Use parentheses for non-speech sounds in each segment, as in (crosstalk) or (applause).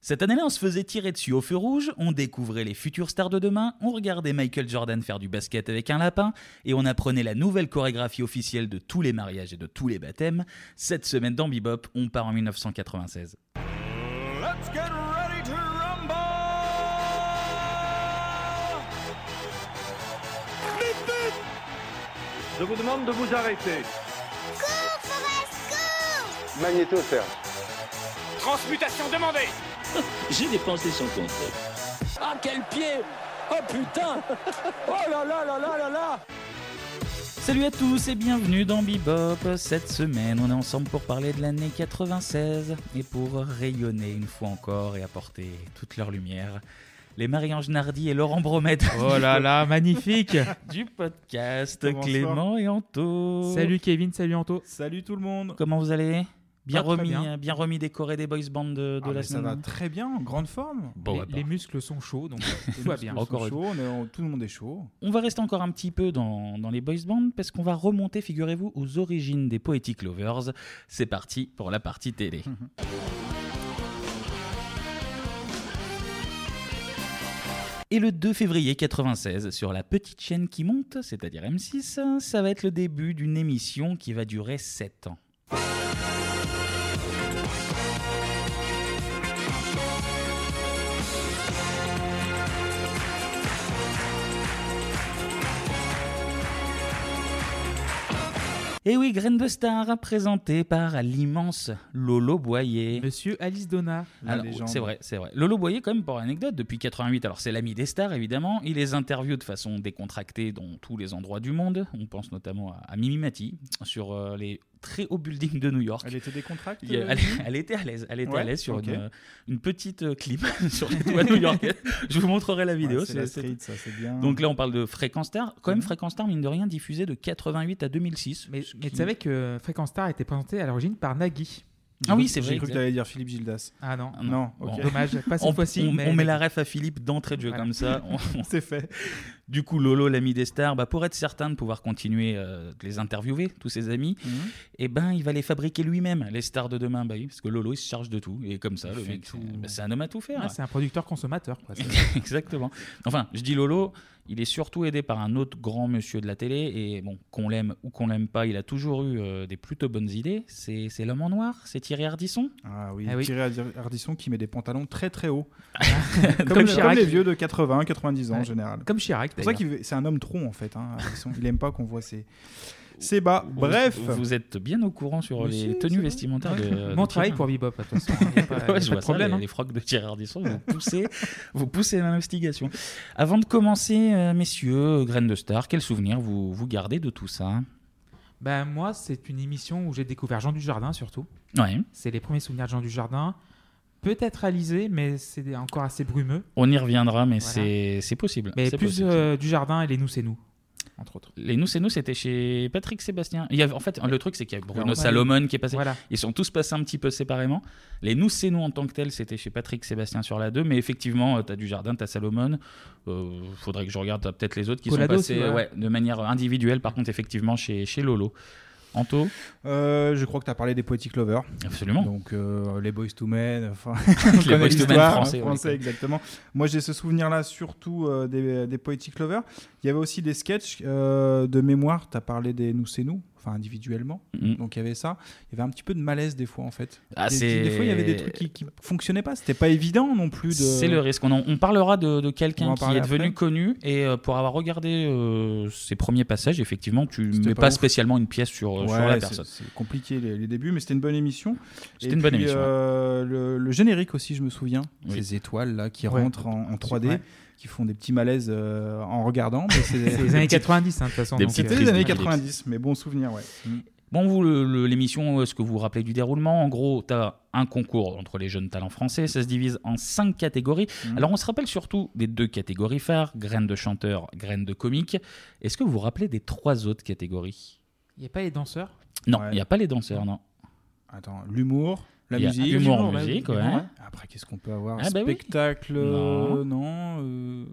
Cette année-là, on se faisait tirer dessus au feu rouge, on découvrait les futures stars de demain, on regardait Michael Jordan faire du basket avec un lapin, et on apprenait la nouvelle chorégraphie officielle de tous les mariages et de tous les baptêmes. Cette semaine dans Bebop, on part en 1996. Let's get ready to rumble! Je vous demande de vous arrêter. Magnéto, Serge. Transmutation demandée! J'ai dépensé sans compter. Ah, quel pied Oh putain Oh là là là là là là Salut à tous et bienvenue dans Bebop. Cette semaine, on est ensemble pour parler de l'année 96 et pour rayonner une fois encore et apporter toute leur lumière. Les Marie-Ange Nardi et Laurent Bromette (laughs) Oh là là, (laughs) magnifique du podcast Comment ça Clément et Anto. Salut Kevin, salut Anto. Salut tout le monde. Comment vous allez Bien Ah, très remis, bien. bien. remis décoré des boys bands de, de Ah, la mais ça semaine. va très bien, en grande forme. Bon, les, bah, les muscles sont chauds, donc euh, tout va bien. Ils sont Encore une- chauds, on est en- tout le monde est chaud. On va rester encore un petit peu dans, dans les boys bands parce qu'on va remonter, figurez-vous, aux origines des Poetic Lovers. C'est parti pour la partie télé. Et le 2 février 96, sur la petite chaîne qui monte, c'est-à-dire M6, ça va être le début d'une émission qui va durer 7 ans. Et oui, Graine de Star, présenté par l'immense Lolo Boyer. Monsieur Alice Donna. La Alors, légende. c'est vrai, c'est vrai. Lolo Boyer, quand même, pour anecdote, depuis 88, alors c'est l'ami des stars, évidemment, il les interviewe de façon décontractée dans tous les endroits du monde. On pense notamment à, à Mimi Mati, sur euh, les très hauts buildings de New York. Elle était décontractée. Il y a- euh, elle, elle était à l'aise, elle était à Ouais, l'aise sur ok. une, une petite euh, clim (laughs) sur les toits (laughs) new-yorkais. Je vous montrerai la vidéo. Ouais, c'est la c'est- street, ça c'est bien. Donc là, on parle de Fréquence Star. Quand même, Mhm. Fréquence Star, mine de rien, diffusé de 88 à 2006. Mais, Ce mais tu qui- savais que Fréquence Star était présentée à l'origine par Nagui. Ah oui, c'est J'ai vrai. cru que t'allais dire Philippe Gildas. Ah non. Ah non. Non, Bon. ok. Dommage, pas cette On, fois-ci. on- mais- on met la ref à Philippe d'entrée de jeu Voilà. comme ça. On- (laughs) C'est fait. Du coup, Lolo, l'ami des stars, bah, pour être certain de pouvoir continuer euh, de les interviewer, tous ses amis, Mhm. eh ben, il va les fabriquer lui-même, les stars de demain. Bah oui, parce que Lolo, il se charge de tout. Et comme ça, Il le fait mec, tout. bah, c'est un homme à tout faire. (laughs) Ah, c'est un producteur consommateur. quoi, c'est- Exactement. Enfin, je dis Lolo, il est surtout aidé par un autre grand monsieur de la télé. Et bon, qu'on l'aime ou qu'on l'aime pas, il a toujours eu euh, des plutôt bonnes idées. C'est c'est l'homme en noir, c'est Thierry Ardisson. Ah oui, Ah Eh oui. Thierry Ard- Ardisson qui met des pantalons très (laughs) très hauts. Comme, Comme, comme Chirac. les vieux de 80, 90 ans en Ouais. général. Comme Chirac. C'est pour ça d'ailleurs. qu'il veut- c'est un homme tronc en fait. hein, Ardisson. Il aime pas qu'on voit ses, ses bas. Vous- Ah, Bref. Vous, êtes bien au courant sur Mais les si, c'est tenues vrai. vestimentaires de- de. Mon travail Thierry. pour Bebop, attention. Il y a pas- il y a euh, (laughs) Ouais, je pas de vois ça, problème. les, hein. les frocs de Thierry Ardisson, (laughs) vous poussez, vous poussez à l'investigation. Avant de commencer, euh, messieurs, euh, graines de star, quel souvenir vous, vous gardez de tout ça Bah, moi, c'est une émission où j'ai découvert Jean Dujardin surtout. Ouais, C'est les premiers souvenirs de Jean Dujardin. Peut-être réalisé, mais c'est encore assez brumeux. on y reviendra, mais Voilà. c'est- c'est possible. Mais c'est plus possible. euh, Dujardin et les Nous, c'est nous, entre autres. Les Nous, c'est nous, c'était chez Patrick Sébastien. Il y avait, en fait, le truc, c'est qu'il y a Bruno Ouais. Salomon qui est passé. Voilà. Ils sont tous passés un petit peu séparément. Les Nous, c'est nous en tant que tel, c'était chez Patrick Sébastien sur la 2. Mais effectivement, tu as du jardin, tu as Salomon. Euh, faudrait que je regarde t'as peut-être les autres qui Colado sont passés aussi, ouais. ouais, de manière individuelle. Par contre, effectivement, chez, chez Lolo. Anto Euh, je crois que tu as parlé des Poetic Lovers. Absolument. Donc euh, les Boys to Men, enfin, (laughs) Les (laughs) on connaît Boyz II Men l'histoire, français, hein, on les connaît. exactement. Moi j'ai ce souvenir-là surtout euh, des, des Poetic Lovers. Il y avait aussi des sketchs euh, de mémoire, tu as parlé des Nous c'est nous, enfin individuellement, Mhm. donc il y avait ça. Il y avait un petit peu de malaise des fois en fait. Ah, des, c'est- des fois il y avait des trucs qui, qui fonctionnaient pas, c'était pas évident non plus. De... C'est le risque. On, en- on parlera de, de On quelqu'un va en qui parler est devenu après. connu et euh, pour avoir regardé euh, ses premiers passages, effectivement, tu ne C'était mets pas, pas ouf. spécialement une pièce sur, euh, Ouais, sur la c'est- personne. C'est compliqué les, les débuts, mais c'était une bonne émission. C'était Et une bonne puis, émission. euh, le, le générique aussi, je me souviens. Oui. Ces étoiles là qui Ouais. rentrent en, en 3D, Ouais. qui font des petits malaises euh, en regardant. mais (laughs) c'est- (laughs) C'est les années 90, hein, de toute façon. des donc, petites euh, (laughs) C'était les années Triste, 90, mais bon souvenir, ouais. Bon, vous, le- le- l'émission, est-ce que vous vous rappelez du déroulement En gros, tu as un concours entre les jeunes talents français. Ça se divise en cinq catégories. Mhm. Alors, on se rappelle surtout des deux catégories phares graines de chanteur, graines de comique. Est-ce que vous vous rappelez des trois autres catégories Il n'y a pas les danseurs Non, il Ouais. n'y a pas les danseurs, non. Attends, l'humour, la Il y a musique. Humour, l'humour, bah oui, musique, l'humour, ouais. bah ouais. Après, qu'est-ce qu'on peut avoir Ah, bah oui. Spectacle euh, Non. euh,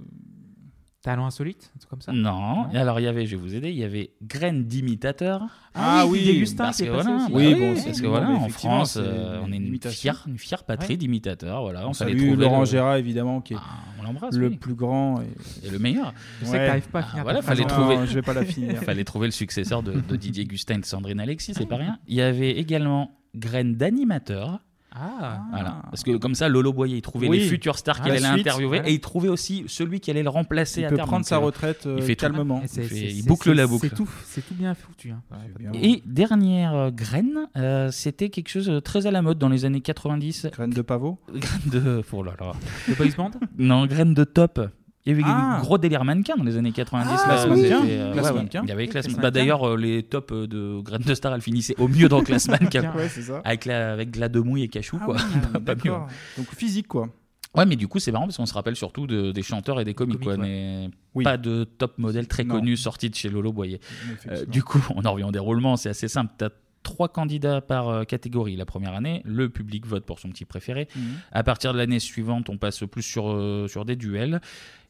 Talent insolite, un truc comme ça. Non. Non. Et Alors, il y avait, je vais vous aider, il y avait graines d'imitateur. Ah oui, Dégustin Parce qui que est passé voilà, aussi. bah Oui, oui, bon, c'est- parce que non, voilà, mais en effectivement, France, c'est euh, on est une l'imitation. fière, une fière patrie Ouais. d'imitateurs. Voilà, on On fallait salue trouver Laurent le- Gérard, évidemment, qui est Ah, on l'embrasse. le oui. plus grand. Et... Et le meilleur. Je sais que t'arrives pas à Ah, finir. voilà, ta fallait phrase. trouver- Non, je vais pas la finir. (laughs) Il (laughs) fallait trouver le successeur de, de Didier Gustin et de Sandrine Alexis, c'est pas rien. Il y avait également graines d'animateur. Ah, Voilà. Parce que comme ça, Lolo Boyer, il trouvait Oui. les futurs stars Ah, qu'elle la allait suite, interviewer voilà. et il trouvait aussi celui qui allait le remplacer Il à peut terme. prendre Donc, sa euh, retraite euh, il fait tout. calmement. Et c'est- Il fait- c'est- il c'est- boucle c'est- la boucle. C'est tout, c'est tout bien foutu. hein. Ouais, bah C'est bien. bien. Et dernière euh, graine, euh, c'était quelque chose de très à la mode dans les années 90. Graine de pavot. (laughs) Graine de. Oh là là. Le boys band Non, graine de top. Il y avait Ah. un gros délire mannequin dans les années 90. Ah, là, classe où c'était, mannequin. euh, Classe ouais, ouais. mannequin. Il y avait Oui, classe classe Bah, mannequin. D'ailleurs, euh, les tops euh, de graine de star, elles finissaient au mieux dans (laughs) classe mannequin. (laughs) Ouais, c'est ça. Avec la, avec de la demouille et cachou, (laughs) quoi. Pas Ah, mieux. d'accord. Donc physique, quoi. Ouais, mais du coup, c'est marrant parce qu'on se rappelle surtout de- des chanteurs et des comiques, Comiques, quoi, ouais. mais Oui. Pas de top modèle très Non. connu sorti de chez Lolo Boyer. Euh, Effectivement. du coup, (laughs) on en revient au déroulement, c'est assez simple. T'as trois candidats par euh, catégorie la première année. Le public vote pour son petit préféré. Mhm. À partir de l'année suivante, on passe plus sur, euh, sur des duels.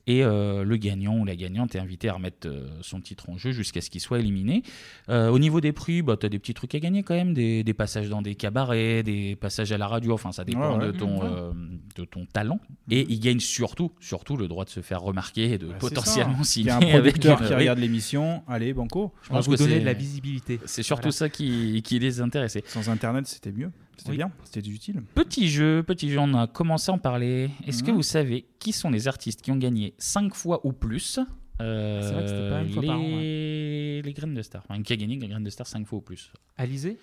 Et euh, le gagnant ou la gagnante est invité à remettre euh, son titre en jeu jusqu'à ce qu'il soit éliminé. Euh, au niveau des prix, bah, tu as des petits trucs à gagner quand même, des, des passages dans des cabarets, des passages à la radio, enfin ça dépend Ouais, ouais. De, ton, Mhm. euh, de ton talent. Et il gagne surtout, surtout le droit de se faire remarquer et de Bah, c'est potentiellement Il (laughs) y signer a un avec producteur une- qui oui. regarde l'émission. Allez, banco. Je On va pense vous que donner c'est- de la visibilité. c'est surtout ça qui, qui les intéressait. Sans internet, c'était mieux. C'était Oui. bien. C'était utile. Petit jeu, petit jeu, on a commencé à en parler. Est-ce que Mhm. vous savez qui sont les artistes qui ont gagné 5 fois ou plus euh, C'est vrai que c'était pas une fois par an, les... les graines de star. Enfin, qui a gagné les graines de star 5 fois ou plus Alizé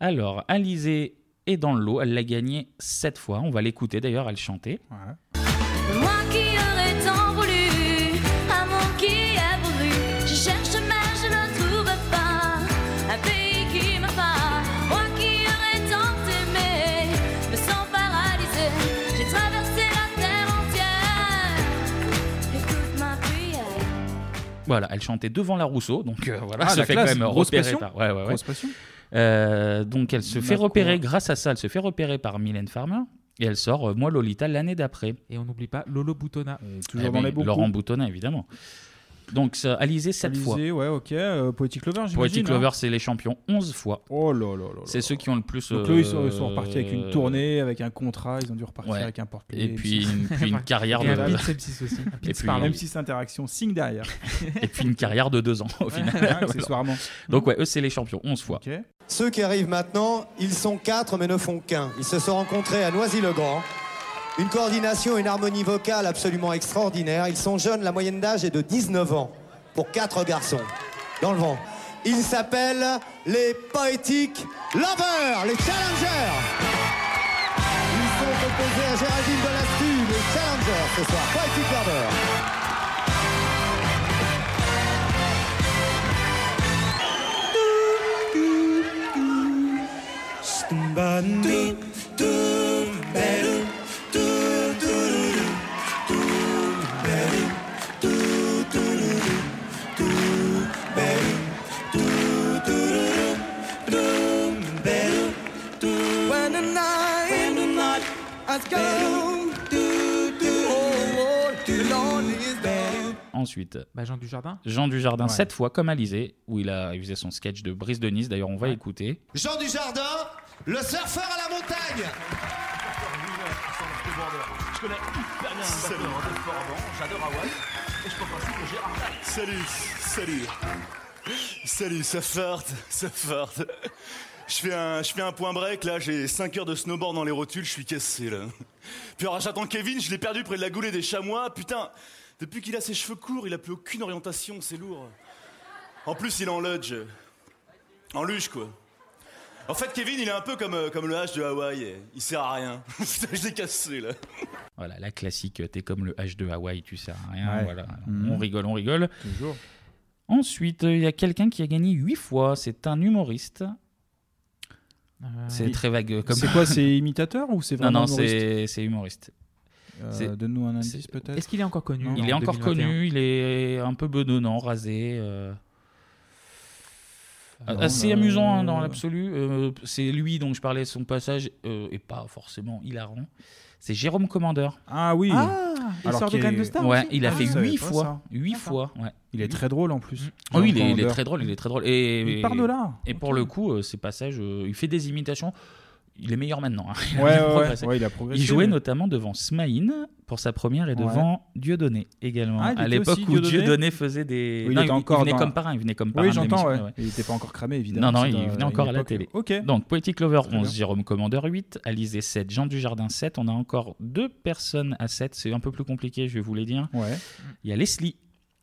Alors, Alizé est dans le lot, elle l'a gagné 7 fois. On va l'écouter d'ailleurs, elle chantait. Ouais. Moi qui aurais tant voulu, amour qui a voulu, je cherche mais je ne trouve pas, un pays qui me parle. Moi qui aurais tant aimé, me sens paralysée, j'ai traversé la terre entière. Écoute ma prière. Voilà, elle chantait devant la Rousseau, donc euh, voilà, Ah, se la fait classe, quand même grosse repérer pression. par- ouais, ouais, ouais. Grosse pression. Eh Euh, donc elle se fait Macron. repérer, grâce à ça, elle se fait repérer par Mylène Farmer et elle sort euh, Moi Lolita l'année d'après. Et on n'oublie pas Lolo Boutonna. Et toujours Eh dans ben, les beaux Laurent coups. Boutonnat, évidemment. Donc, ça, Alizé, 7 fois. Lisez, Ouais, ok. Euh, Poetic Lover, j'imagine. Poetic hein. Lover, c'est les champions 11 fois. Oh là là là. C'est ceux qui ont le plus. Donc là, ils sont, euh, ils sont repartis avec une tournée, avec un contrat. Ils ont dû repartir Ouais. avec un porte Et puis, (laughs) une, puis une Marc- carrière Et un de, Pete Sepsis aussi. Un Pete puis- euh, Sparlan. M6 Interaction signe derrière, et puis une carrière de deux ans au (laughs) final. (laughs) accessoirement. Donc ouais, eux c'est les champions 11 fois. Ok. Ceux qui arrivent maintenant, ils sont quatre mais ne font qu'un. Ils se sont rencontrés à Noisy-le-Grand. Une coordination et une harmonie vocale absolument extraordinaire. Ils sont jeunes, la moyenne d'âge est de 19 ans pour quatre garçons. Dans le vent. Ils s'appellent les Poetic Lovers, les Challengers. Ils sont opposés à Géraldine Delastu, les Challengers ce soir, Poetic Lovers. When the night, when the night has gone, do, do, oh, oh, the lonely is gone. Ensuite, Bah, Jean Dujardin. Jean Dujardin Ouais. 7 fois comme Alizé, où il, a, il faisait son sketch de Brise de Nice. D'ailleurs, on va écouter. Jean Dujardin, le surfeur à la montagne. Salut, salut. Salut, ça farde, ça farde. Je fais un, je fais un point break, là, j'ai 5 heures de snowboard dans les rotules, je suis cassé, là. Puis alors, j'attends Kevin, je l'ai perdu près de la goulée des chamois. Putain, depuis qu'il a ses cheveux courts, il a plus aucune orientation, c'est lourd. En plus, il est en lodge. En luge, quoi. En fait, Kevin, il est un peu comme, euh, comme le H de Hawaï. Il sert à rien. (laughs) Putain, je l'ai cassé, là. Voilà, la classique, euh, t'es comme le H2 Hawaï, tu sers à rien. Ouais. Voilà. Mhm. On rigole, on rigole. Toujours. Ensuite, euh, il y a quelqu'un qui a gagné 8 fois. C'est un humoriste. Euh, C'est très vague euh, comme. C'est quoi, c'est imitateur ou c'est Non, vraiment non, humoriste c'est c'est humoriste. Euh, c'est- Donne-nous un indice c'est- peut-être. Est-ce qu'il est encore connu Non, Il est en encore 2021? connu, il est un peu bedonnant, rasé. euh, Ah Non, euh, assez mais- amusant hein, dans l'absolu. Euh, c'est lui dont je parlais, son passage euh, est pas forcément hilarant. C'est Jérôme Commandeur. Ah oui. Ah il sort de qu'il Cannes de est- Star Ouais, aussi il a Ah, fait je savais huit pas fois. ça. Huit fois, ouais. Il est très drôle en plus. Oh oui, il est, Jean il est Fender. très drôle, il est très drôle. Et, Il part de là. Et pour le coup, euh, ces passages, euh, il fait des imitations. Il est meilleur maintenant. hein. (laughs) Il a Ouais, bien ouais, progressé. ouais, il a progressé, Il jouait mais- notamment devant Smaïn pour sa première et Ouais. devant Dieudonné également. Ah, il à était l'époque aussi où Dieudonné Dieudonné faisait des. Oui, il Non, était encore venait dans- comme parrain. Il venait comme Oui, parrain. de j'entends, l'émission, ouais. Il était pas encore cramé, Non, évidemment, non, c'était il à venait une encore à la époque. télé. Ok. Donc, Poétique Lover Très 11, bien. Jérôme Commandeur 8, Alizé 7, Jean Dujardin 7. On a encore deux personnes à 7. C'est un peu plus compliqué, je vais vous les dire. Il y a Leslie.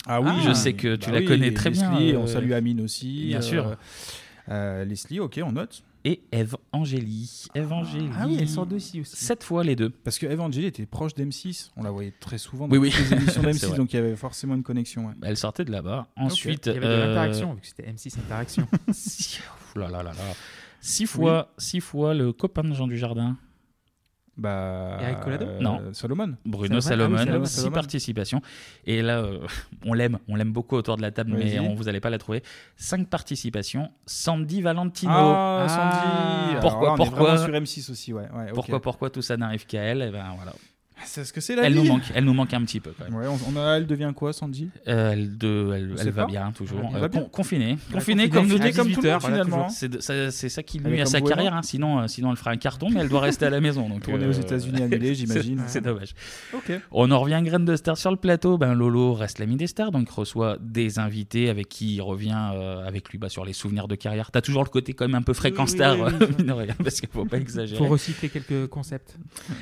Ah oui, je sais que tu bah la oui, connais très Leslie, bien. On euh, salue Amine aussi. Bien euh, sûr. euh, Leslie, ok, on note. Et Eve Angélie. Eve Angélie. Ah oui, elle sort d'aussi aussi. Sept fois les deux. Parce que Eve Angélie était proche d'M6. On la voyait très souvent dans Oui, oui. toutes les (laughs) émissions C'est d'M6, vrai. donc il y avait forcément une connexion. ouais. Elle sortait de là-bas. Ensuite, Il y avait de euh, (laughs) l'interaction, vu que c'était M6 Interaction. si- ouf là là là là. Six fois, six fois le copain de Jean Dujardin. Bah, Eric Collado euh, Non. Solomon. Bruno Salomon, Salomon. Ah oui, Salomon, six Salomon. participations. Et là, euh, on l'aime, on l'aime beaucoup autour de la table, mais Vas-y. on vous allez pas la trouver. Cinq participations. Sandy Valentino. Ah, Sandy. Alors Pourquoi, là, on est pourquoi vraiment sur M6 aussi, ouais. ouais, ok. Ah, Pourquoi, pourquoi tout ça n'arrive qu'à elle Eh ben, voilà. C'est ce que c'est la elle vie. nous manque, elle nous manque un petit peu quand même. Ouais, on, on a- elle devient quoi, Sandy Euh, elle de- elle, On elle sait va pas. bien toujours. Elle Euh, va bien. con- confinée, Elle est confinée confinée, comme je à dis, comme tout le 18 monde heures, voilà, finalement. toujours. C'est de- ça- c'est ça qui Elle nuit est à comme sa Bueno. carrière. hein. Sinon, euh, sinon elle fera un carton, mais elle doit rester à la maison. Donc Tournée aux États-Unis annulée, hein. Euh, (laughs) c'est- j'imagine. C'est dommage. Ok. On en revient à Graine de Star sur le plateau. Ben Lolo reste l'ami des stars, donc reçoit des invités avec qui il revient euh, avec lui bah, sur les souvenirs de carrière. T'as toujours le côté quand même un peu fréquence oui, star, euh, oui, oui. (laughs) mine de rien, parce qu'il faut pas exagérer. Pour recycler quelques concepts.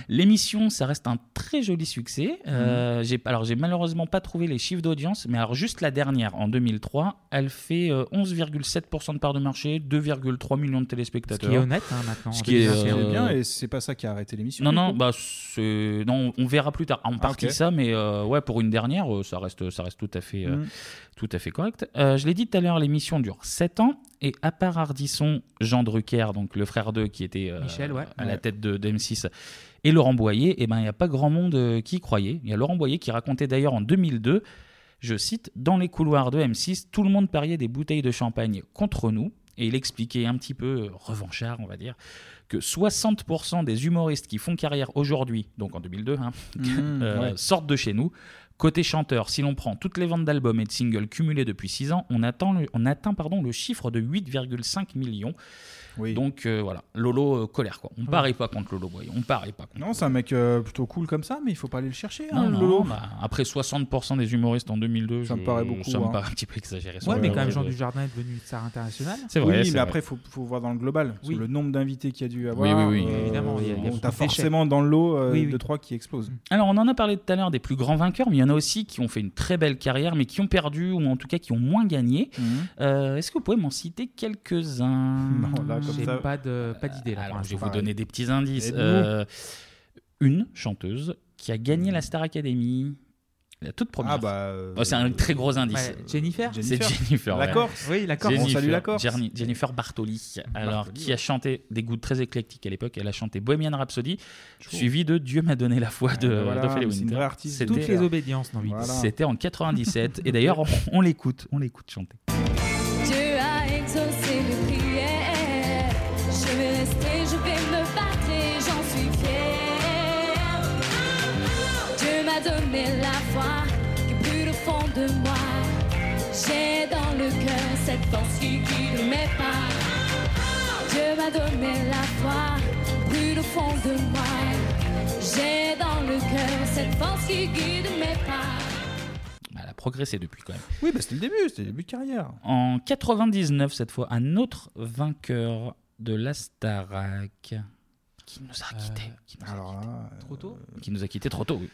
L'émission, ça reste un très joli succès. Mhm. Euh, j'ai- alors, j'ai malheureusement pas trouvé les chiffres d'audience, mais alors juste la dernière, en 2003, elle fait euh, 11,7% de part de marché, 2,3 millions de téléspectateurs. Ce qui est honnête, hein, maintenant, en Ce qui est, 2021. euh, bien, et c'est pas ça qui a arrêté l'émission. non, du non, coup Ah, bah, c'est- non, on verra plus tard en partie ok. ça, mais euh, ouais, pour une dernière, euh, ça reste, ça reste tout à fait, euh, Mm. tout à fait correct. Euh, je l'ai dit tout à l'heure, l'émission dure 7 ans, et à part Ardisson, Jean Drucker, donc le frère d'eux qui était euh, Michel, ouais. à la Ouais. tête de, de M6, et Laurent Boyer, eh ben, il n'y a pas grand monde euh, qui y croyait. Il y a Laurent Boyer qui racontait d'ailleurs en 2002, je cite, Dans les couloirs de M6, tout le monde pariait des bouteilles de champagne contre nous. Et il expliquait un petit peu, euh, revanchard, on va dire, que 60% des humoristes qui font carrière aujourd'hui, donc en 2002, hein, Mhm, euh, ouais. sortent de chez nous. Côté chanteur, si l'on prend toutes les ventes d'albums et de singles cumulés depuis 6 ans, on, atteint le, on atteint pardon, le chiffre de 8,5 millions. Donc euh, voilà, Lolo euh, colère quoi. On parie pas contre Lolo Boy, on parie pas contre. Non, c'est un mec euh, plutôt cool comme ça, mais il faut pas aller le chercher. Non, hein, non, Lolo. bah, après 60% des humoristes en 2002, Ça me je- paraît beaucoup, Ça me hein. paraît un petit peu exagéré. ça Ouais, me mais quand paraît- même, Jean Dujardin est devenu une star internationale. C'est vrai, oui, c'est mais vrai. après, il faut, faut voir dans le global. Parce que Le nombre d'invités qu'il y a dû avoir. euh, oui, oui. Évidemment, il y a- il y a on beaucoup t'a de déchets. forcément dans le lot euh, Oui, oui. de trois qui explosent. Alors, on en a parlé tout à l'heure des plus grands vainqueurs, mais il y en a aussi qui ont fait une très belle carrière, mais qui ont perdu, ou en tout cas qui ont moins gagné. Euh, Est-ce que vous pouvez m'en citer quelques-uns Non, là, comme J'ai ça- pas de- pas d'idée là. Alors, je vais vous donner des petits indices. Aide-nous. Euh, une chanteuse qui a gagné la Star Academy. La toute première. Ah, bah, euh, Oh, c'est un très gros indice. Ouais, Jennifer C'est Jennifer. Jennifer. La ouais. Corse. Oui, la Corse. On Jennifer- salue la Corse. Jerni- Jennifer Bartoli. Alors, Bartoli, qui ouais. a chanté des goûts très éclectiques à l'époque. Elle a chanté Bohemian Rhapsody, suivi de Dieu m'a donné la foi de Ah, bah voilà, d'Ophélie mais c'est une Winter. vraie artiste, C'était- Toutes les obédiences dans huit. Voilà. C'était en 97. et d'ailleurs, on, on l'écoute. On l'écoute chanter. Dieu a exaucé mes prières. Je vais rester, je vais me battre et j'en suis fière. Dieu m'a donné la foi qui brûle au fond de moi. J'ai dans le cœur cette force qui guide mes pas. Dieu m'a donné la foi brûle au fond de moi. J'ai dans le cœur cette force qui guide mes pas. Bah, Elle a progressé depuis quand même. Oui, bah, c'était le début, c'était le début de carrière. En 99, cette fois, un autre vainqueur de l'Astarac qui nous a quittés. Qui nous a euh, quittés. Trop tôt Qui nous a quittés trop tôt, oui.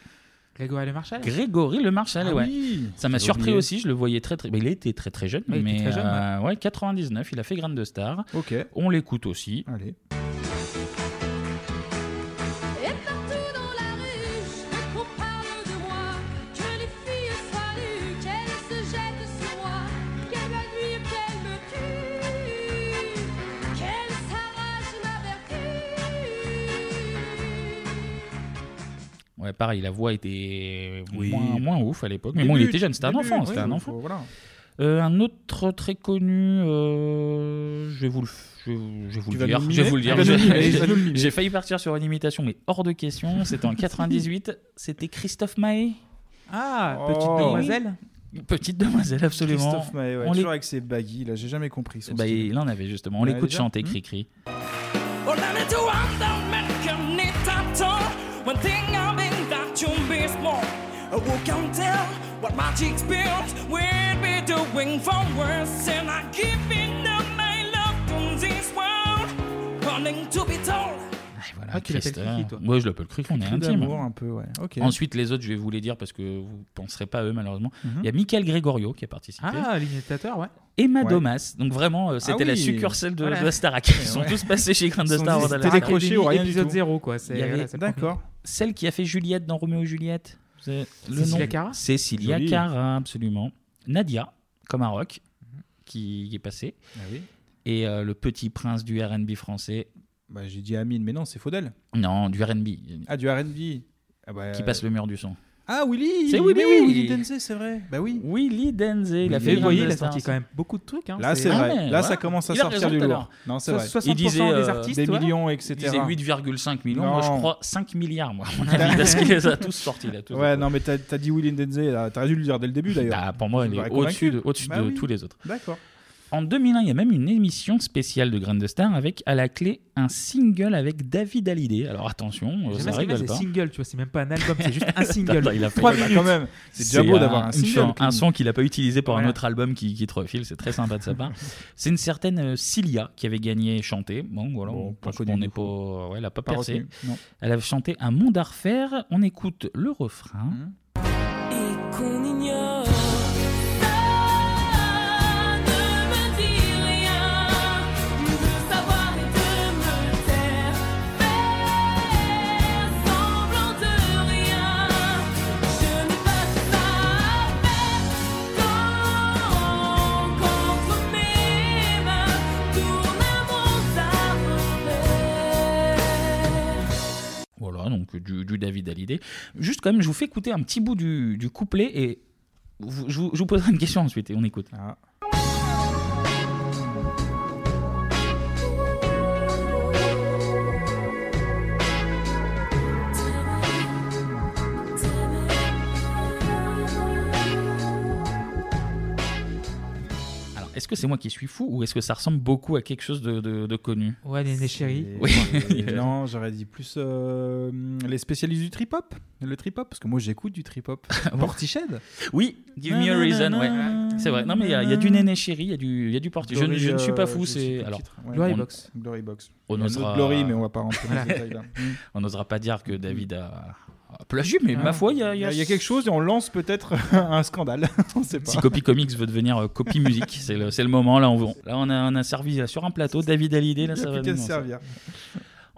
Grégory Le Marchal Grégory Le Marchal, Ah ouais. oui, Ça m'a j'avais surpris oublié. aussi, je le voyais très très. mais il était très très jeune, Ouais, il était mais. très jeune, euh, ouais, 99, il a fait Grande de Star. Ok. On l'écoute aussi. Allez. Et partout dans la rue, je veux qu'on parle de moi. Que les filles soient nues, qu'elles se jettent sur moi. Qu'elles m'admirent, qu'elles me tuent. Qu'elles s'arrachent ma vertu. Ouais, pareil, la voix était Oui. moins, moins ouf à l'époque. Mais Début, bon, il était jeune, c'était un début, enfant. oui, C'était un faut- enfant. voilà. Euh, un autre très connu, euh, je vais vous le, f- je vais vous- je vais vous Tu le vas dire. nous le Je vais vous le mimer dire. Tu vas nous le mimer, J'ai- tu vas nous le j'ai- mimer. J'ai failli partir sur une imitation, mais hors de question. C'était en 98. C'était Christophe Maé. Ah, Petite Demoiselle Petite demoiselle, absolument. Christophe Maé, ouais, On toujours l'é- avec ses baguilles, là, j'ai jamais compris son bah, style. il en avait justement. On Ouais, l'écoute déjà. chanter, cri-cri. Well, let me do one down, make a neat tattoo. One thing I mean that you miss more. Who can tell what my cheeks built? We'll be doing for worse. And I give in the my love to this world. Running to be told. Voilà, tu l'appelles Christophe. Cri-Cri, toi. Ouais, je l'appelle Cri-Cri, on est Cri-Cri intime. d'amour, un peu, ouais. Ok. Ensuite, les autres, je vais vous les dire parce que vous ne penserez pas à eux, malheureusement. Il Mhm. y a Michael Gregorio qui a participé. Ah, l'imitateur, ouais. Emma Ouais. Domas, donc vraiment, euh, Ah c'était la oui. succurseale de, Voilà. de la Starac. Ils sont Ouais. tous passés chez Grain de Ils sont Star. tous- Voilà. c'était des crochets ou rien du Épisode tout. zéro, quoi, c'est- Il y avait- voilà, c'est compris. D'accord. Celle qui a fait Juliette dans Roméo et Juliette. C'est Cécilia Cara Cécilia Joli. Cara, absolument. Nadia, comme un rock, qui est passé. Ah oui. Et euh, le petit prince du RB français. Bah, j'ai dit Amine, mais non, c'est Faudel. Non, du RB. Ah, du RB. Ah, bah, Qui passe le mur du son. Ah, Willy C'est Willy, oui. Willy Denzé, c'est vrai. Bah oui. Willy Denzé, il a fait Et vous voyez, Grain il de a sorti Star. quand même beaucoup de trucs. hein. Là, c'est Ah vrai. ouais, Là, voilà. ça commence à Il a sortir raison du tout à lourd. l'heure. Non, c'est vrai. 60% euh, des millions, etc. Il disait 8,5 millions. Moi, je Non. crois 5 milliards, moi, (laughs) à mon avis, parce qu'il les a tous sortis. Là, tous ouais, non, euh, mais t'as t'as dit Willy Denzé, là. t'aurais dû le dire dès le début d'ailleurs. (laughs) Bah, pour moi, elle Tu est m'aurais au-dessus de, convaincu. au-dessus Bah de oui. tous les autres. D'accord. En 2001, il y a même une émission spéciale de Grain de Star avec à la clé un single avec David Hallyday. Alors attention, euh, J'aime ça bien ce qu'il fait, rigole c'est pas. single, tu vois, c'est même pas un album, (laughs) c'est juste un Attends, single. il a fait- Eh Trois ben, il a- bah, minutes. un- une chan- un son qu'il n'a pas utilisé pour un Voilà. autre album qui, qui te refile. C'est très sympa de sa (laughs) part. C'est une certaine euh, Cilia qui avait gagné chanter. Bon, voilà, Bon, on pas pense connu qu'on du n'est pas. ouais, elle n'a pas, Pas percé. retenu, non. Elle a chanté un monde à refaire. On écoute le refrain. Mm. Qu'on ignore. Voilà, donc du, du David Hallyday. Juste quand même, je vous fais écouter un petit bout du, du couplet et vous- je, vous, je vous poserai une question ensuite et on écoute. Ah. Alors, est-ce que c'est moi qui suis fou ou est-ce que ça ressemble beaucoup à quelque chose de, de- de connu Ouais, Néné Chéri. Oui. (laughs) Et non, j'aurais dit plus euh, les spécialistes du trip hop, le trip hop, parce que moi j'écoute du trip hop. Portiched. Oui, Ah Give me a reason, ouais. C'est vrai. Non, mais il y, a il y a du néné chéri, il y a du, il y a du porte. Je, ne- je ne suis euh, pas fou, c'est. Alors, Glory on- Box. Glory Box. On Il y a un autre osera... Glory, mais on va pas rentrer dans les (laughs) Voilà. détails, là. Mm. on n'osera pas dire que David a, a plagié, mais Ah. ma foi, il y a, Il y a quelque chose et on lance peut-être (laughs) un scandale. on sait pas. Si Copy Comics veut devenir euh, Copy Music, c'est le, c'est le moment. Là, on, là on, a, on a servi là, sur un plateau David Hallyday. Là, Il y a ça plus va qu'à nous- se servir.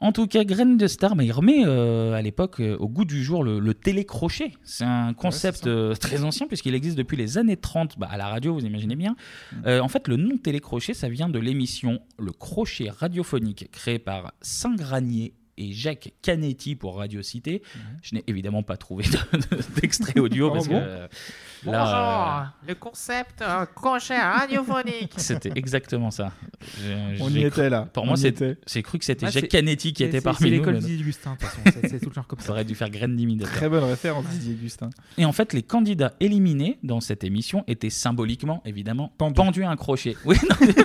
En tout cas, Graine de Star, mais il remet euh, à l'époque euh, au goût du jour le, le télécrochet. C'est un concept euh, très ancien puisqu'il existe depuis les années 30 bah, à la radio, vous imaginez bien. Mm. Euh, en fait, le nom télécrochet, ça vient de l'émission Le Crochet radiophonique créée par Saint Granier et Jacques Canetti pour Radio Cité. Je n'ai évidemment pas trouvé de- de- d'extrait audio (laughs) Oh parce Mm. bon que euh, là, euh, le concept crochet radiophonique. c'était exactement ça. Je- On j'ai y cru- était, là. Pour On moi, y c'est- était. j'ai cru que c'était Ah, Jacques c'est- Canetti (laughs) qui c'est- était c'est- parmi c'est nous. l'école mais- Didier Augustin, de toute façon, c'est- c'est tout le genre comme ça. T'aurais dû faire Graine d'imitateur. Très bonne référence, Didier Augustin. Et en fait, les candidats éliminés dans cette émission étaient symboliquement, évidemment, pendus, à un crochet. Oui, non, (laughs)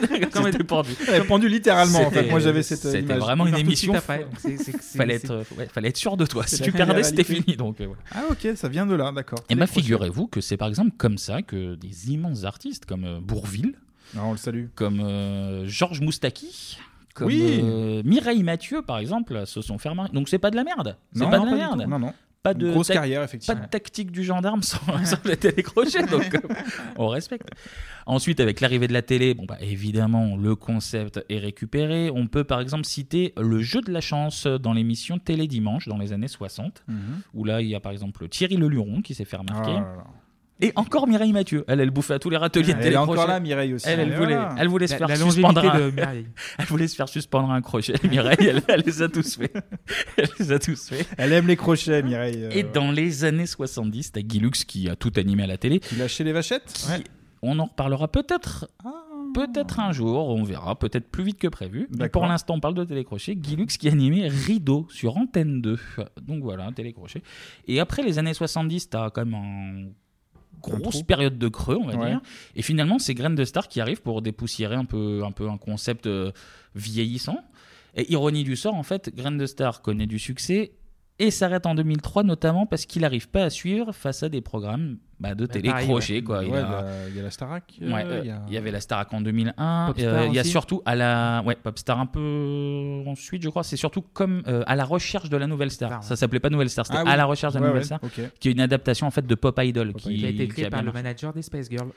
c'était pendu. Ouais, pendu littéralement, en fait. C'était- Moi, j'avais cette C'était (laughs) image. vraiment Il une meurt tout de émission. suite après, donc c'est- c'est- c'est- fallait, c'est- être, euh, ouais, fallait être sûr de toi. C'est Si la tu perdais, c'était télé-réalité. fini. Donc, euh, voilà. Ah ok, ça vient de là, d'accord. Et bah, figurez-vous que c'est par exemple comme ça que des immenses artistes comme euh, Bourvil, on le salue. comme euh, Georges Moustaki, comme Oui. euh, Mireille Mathieu par exemple, se sont fait remarquer. Donc c'est pas de la merde. C'est Non, pas non, de la pas du merde. tout. Non, non. Pas Une de grosse tac- carrière, effectivement. Pas de tactique du gendarme sans, sans la télécrochet. (laughs) Donc euh, on respecte. Ensuite, avec l'arrivée de la télé, bon bah évidemment le concept est récupéré. On peut par exemple citer le jeu de la chance dans l'émission Télé Dimanche dans les années 60, Mhm. où là il y a par exemple Thierry Leluron qui s'est fait remarquer. Ah là là. Et encore Mireille Mathieu. Elle, elle bouffait à tous les râteliers de Elle est encore télécrochet. là, Mireille aussi. Elle, elle Et voulait, voilà. elle voulait se La- faire la suspendre. longévité un- de Mireille. (laughs) elle voulait se faire suspendre un crochet. Mireille, elle, elle les a tous faits. (laughs) Elle les a tous faits. Elle aime les crochets, (laughs) Mireille. euh, Et dans les années 70, t'as Guy Lux qui a tout animé à la télé. Qui lâchait les vachettes ouais. On en reparlera peut-être peut-être un jour, on verra, peut-être plus vite que prévu. Mais D'accord. pour l'instant, on parle de télécrochet. Guilux qui animait Rideau sur Antenne 2. Donc voilà, télécrochet. Et après les années 70, t'as quand même un grosse trou. période de creux, on va Ouais. dire. Et finalement, c'est Graines de Star qui arrive pour dépoussiérer un peu un, peu un concept euh, vieillissant. Et ironie du sort, en fait, Graines de Star connaît du succès et s'arrête en 2003, notamment parce qu'il n'arrive pas à suivre face à des programmes bah, de pareil, télécrochet. ouais. quoi. Ouais, Il a- bah, il y a la Starac, euh, Ouais, euh, il y a- il y avait la Starac en 2001. euh, Il Popstar y a aussi. surtout à la ouais, Popstar un peu ensuite, je crois. C'est surtout comme euh, à la recherche de la nouvelle star. Ça s'appelait pas Nouvelle Star, c'était Ah oui. à la recherche de la Ouais, nouvelle ouais, star, ok. qui est une adaptation en fait de Pop Idol, qui, Qui a été créé bien par le marché. manager des Space Girls.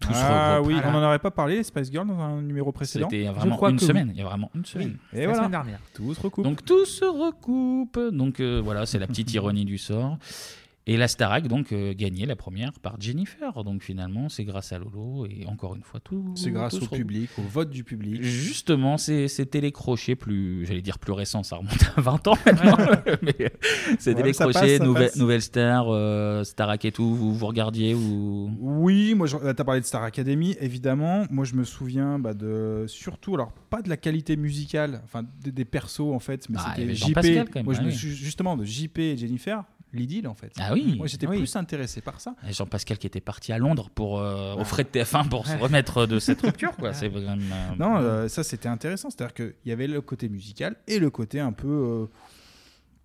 Tout se Ah regroupe. oui, Voilà. on n'en aurait pas parlé, les Spice Girls, dans un numéro précédent. C'était Je vraiment crois une que oui. semaine. Il y a vraiment une semaine. Et voilà. Tout se recoupe. Donc tout se recoupe. Donc euh, voilà, c'est la (laughs) petite ironie du sort. Et la Starac, donc, euh, gagnée la première par Jennifer. Donc finalement, c'est grâce à Lolo. Et encore une fois, tout. C'est grâce tout au se recoupe. public, au vote du public. Justement, c'est c'est télécrochet plus, j'allais dire plus récent, ça remonte à 20 ans maintenant. (laughs) mais euh, c'est Ouais, mais ça passe, télécrochet, ça nouvelle, passe. nouvelle star, euh, Starac et tout, vous, vous regardiez ou... Oui, moi, je- t'as parlé de Star Academy, évidemment. Moi, je me souviens bah, de surtout, alors pas de la qualité musicale, enfin des, des persos en fait, mais Ah, il y c'était avait JP. Jean-Pascal, quand même, moi, je ouais, me oui. suis justement de JP et Jennifer, l'idylle en fait. Ah oui. Moi, j'étais Oui. plus intéressé par ça. Et Jean-Pascal qui était parti à Londres pour, euh, Ah. aux frais de TF1 pour se remettre de cette rupture, (laughs) quoi. C'est quand même, euh, Non, euh, ça c'était intéressant. C'est-à-dire qu'il y avait le côté musical et le côté un peu. euh,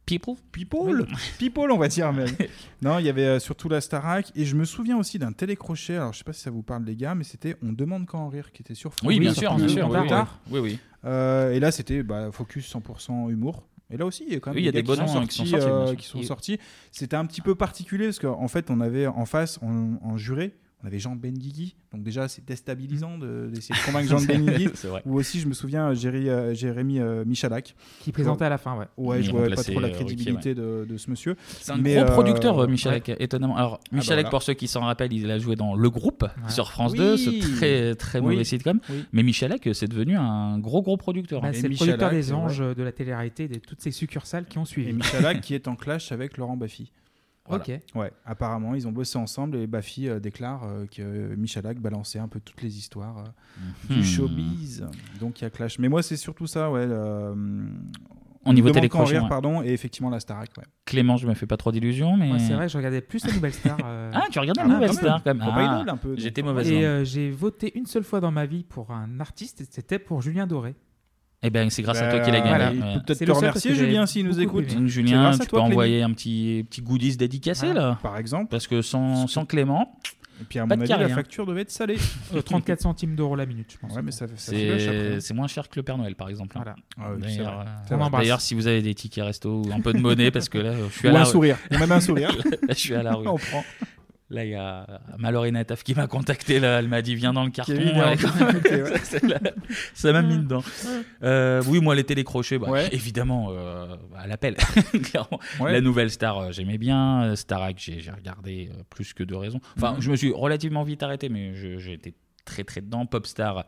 People People People, on va dire même. (laughs) non, il y avait euh, surtout la Starac. Et je me souviens aussi d'un télécrochet. Alors, je sais pas si ça vous parle, les gars, mais c'était On demande quand en rire qui était sur France Oui, deux, bien sur sûr, France bien deux, sûr, en oui, oui, retard. oui, oui. Euh, et là, c'était bah, focus 100% humour. Et là aussi, il y a quand même Oui, il y a des, des gars qui bons sont noms qui sortis. sont sortis, bien euh, sûr. qui sont Et- sortis. C'était un petit peu particulier parce qu'en fait, on avait en face, en- en juré, on avait Jean Benguigui. Donc, déjà, c'est déstabilisant de- d'essayer (laughs) de convaincre Jean Benguigui. C'est vrai. Ou aussi, je me souviens, euh, Jérémy, euh, Jérémy euh, Michalak. Qui présentait à la fin, ouais. Ouais, Il je vois pas remplaçait, trop la euh, Ruquier, crédibilité de, de ce monsieur. C'est un Mais, gros euh, producteur, euh, Michalak, étonnamment. Alors, Ah, bah Michalak, voilà. pour ceux qui s'en rappellent, il a joué dans Le Groupe sur France Oui. 2, ce très, très Oui. mauvais sitcom. Oui. Mais Michalak, euh, c'est devenu un gros, gros producteur. Bah, c'est le producteur des anges de la télé-réalité, de toutes ces succursales qui ont suivi. Et Michalak qui est en clash avec Laurent Baffy. Voilà. Ok. Ouais, apparemment, ils ont bossé ensemble et Baffy euh, déclare euh, que Michalak balançait un peu toutes les histoires euh, Mhm. du showbiz. Donc il y a clash. Mais moi, c'est surtout ça, ouais. euh, Au niveau Demande qu'en télécrochet, rire, ouais. pardon, et effectivement la Starac, ouais. Clément, je me fais pas trop d'illusions, mais. Moi, c'est vrai, je regardais plus la Nouvelle Star. euh. Ah, tu regardais la Nouvelle Star, quand même. Papa Ah, Idol, un peu, J'étais donc. mauvaise Et langue. euh, j'ai voté une seule fois dans ma vie pour un artiste, et c'était pour Julien Doré. Eh ben, c'est grâce à Bah, toi qu'il a voilà. gagné. Il peut ouais. peut-être C'est te le seul remercier, parce que Julien, j'ai s'il nous beaucoup écoute. aimé. Donc, C'est Julien, grâce à tu toi, peux Clément. envoyer un petit, petit goodies dédicacé, là. Par exemple. Parce que sans, sans Clément, et puis à pas mon de avis, carré. la hein. facture devait être salée. Euh, 34 centimes d'euros la minute, je pense. Ouais, mais ça fait ça flush après. hein. C'est c'est moins cher que le Père Noël, par exemple. hein. Ah oui, c'est D'ailleurs, vrai. euh, C'est vrai. D'ailleurs, si vous avez des tickets resto ou un peu de monnaie, parce que là, euh, je suis Ou à la un rue. sourire. Ou même (laughs) un sourire. Là, je suis à la rue. On prend. Là, il y a Malorina Taf qui m'a contacté. Là, elle m'a dit Viens dans le carton. Kevin, viens Ouais, dans (laughs) le quand même. carton, ouais. C'est là- Ça m'a mis dedans. Euh, oui, moi, les télécrochets, bah, Ouais. évidemment, euh, à l'appel, (laughs) clairement. Ouais. La nouvelle star, euh, j'aimais bien. Euh, Starac, j'ai j'ai regardé euh, plus que deux raisons. Enfin, Mm. Mhm. je me suis relativement vite arrêté, mais je- j'ai été très, très dedans. Popstar,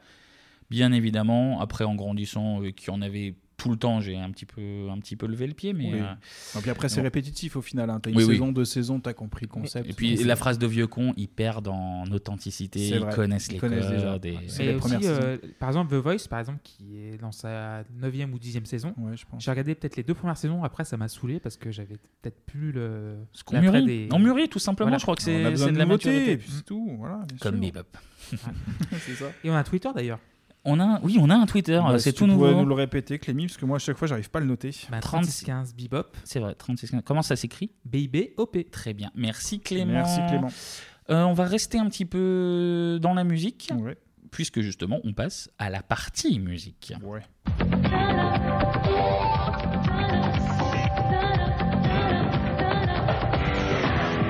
bien évidemment. Après, en grandissant, euh, qui en avait tout le temps, j'ai un petit peu, un petit peu levé le pied. Mais, Oui. euh, Et puis après, c'est bon. répétitif au final. hein. T'as une Oui, oui. saison, deux saisons, t'as compris le concept. Et puis Donc, c'est- la phrase de vieux con, ils perdent en authenticité, C'est ils vrai. connaissent Ils les connaissent déjà. codes. et- Ouais, Mais aussi, euh, par exemple, The Voice, par exemple, qui est dans sa 9e ou 10e saison. J'ai regardé peut-être les deux premières saisons. Après, ça m'a saoulé parce que j'avais peut-être plus le. Ce qu'on mûrit. On mûrit, tout simplement. Je crois que c'est- On a besoin c'est de de la nouveautés, maturité. et puis c'est tout. Voilà, Comme Bebop. C'est ça. Et on a un Twitter d'ailleurs. On a, oui, on a un Twitter, Bah, c'est si tout tu pouvais nouveau. nous le répéter, Clémy, parce que moi, à chaque fois, j'arrive pas à le noter. 3615 Bebop. (laughs) C'est vrai, 3615. Comment ça s'écrit B-I-B-O-P. Très bien. Merci Clément. Merci, Clément. Euh, on va rester un petit peu dans la musique, puisque justement, on passe à la partie musique.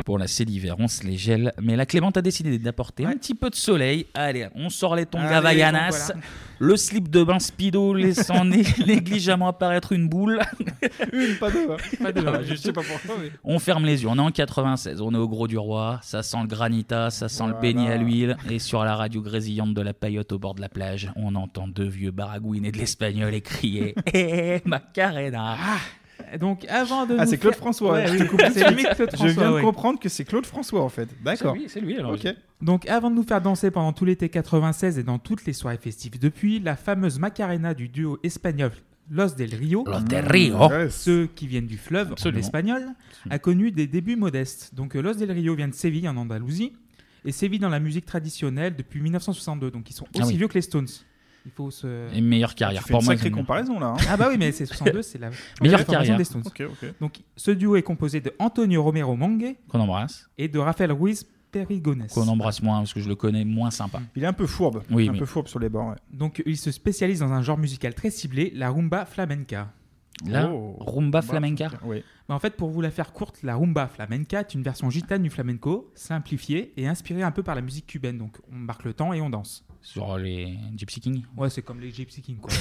Pour la c'est l'hiver, on se les gèle. Mais la Clément a décidé d'apporter un petit peu de soleil. Allez, on sort les tongs Allez, à Vaianas, donc voilà. le slip de bain Speedo, laissant né- (laughs) négligemment apparaître une boule. Une, pas deux. hein. Pas deux, Voilà, ouais. je sais pas pourquoi. Mais... On ferme les yeux. On est en 96. On est au Gros du Roi. Ça sent le granita, ça sent le Voilà. beignet à l'huile. Et sur la radio grésillante de la paillote au bord de la (laughs) Ah, plage, on entend deux vieux baragouiner de l'espagnol et crier Eh, Macarena Donc avant de Ah, nous c'est Claude faire- François. Ouais, je oui, te coupe tout de c'est le suite. mec Claude (laughs) Je François, viens de ouais. comprendre que c'est Claude François en fait. D'accord. Ok. Donc avant de nous faire danser pendant tout l'été 96 et dans toutes les soirées festives depuis, la fameuse Macarena du duo espagnol Los del Rio, Los del Rio. ceux qui viennent du fleuve Absolument. en espagnol, a connu des débuts modestes. Donc euh, Los del Rio vient de Séville en Andalousie et sévit dans la musique traditionnelle depuis 1962. Donc ils sont Ah aussi oui. vieux que les Stones. Il faut se... Et meilleure carrière. Tu fais Pour une moi, sacrée ils ont- comparaison là. hein. Ah bah oui, mais c'est 62, c'est la (laughs) Meilleure la formation carrière. des Stones. Ok, ok. Donc ce duo est composé de Antonio Romero Monge Qu'on embrasse. et de Rafael Ruiz Perigones. Qu'on embrasse moins parce que je le connais moins sympa. Il est un peu fourbe. Oui, un oui. peu fourbe sur les bords. ouais. Donc, il se spécialise dans un genre musical très ciblé, la rumba flamenca. La Oh. rumba flamenca Oui. (laughs) en fait, pour vous la faire courte, la rumba flamenca est une version gitane du flamenco, simplifiée et inspirée un peu par la musique cubaine. Donc, on marque le temps et on danse. Sur les Gypsy King. (laughs) Ouais, c'est comme les Gypsy Kings, quoi.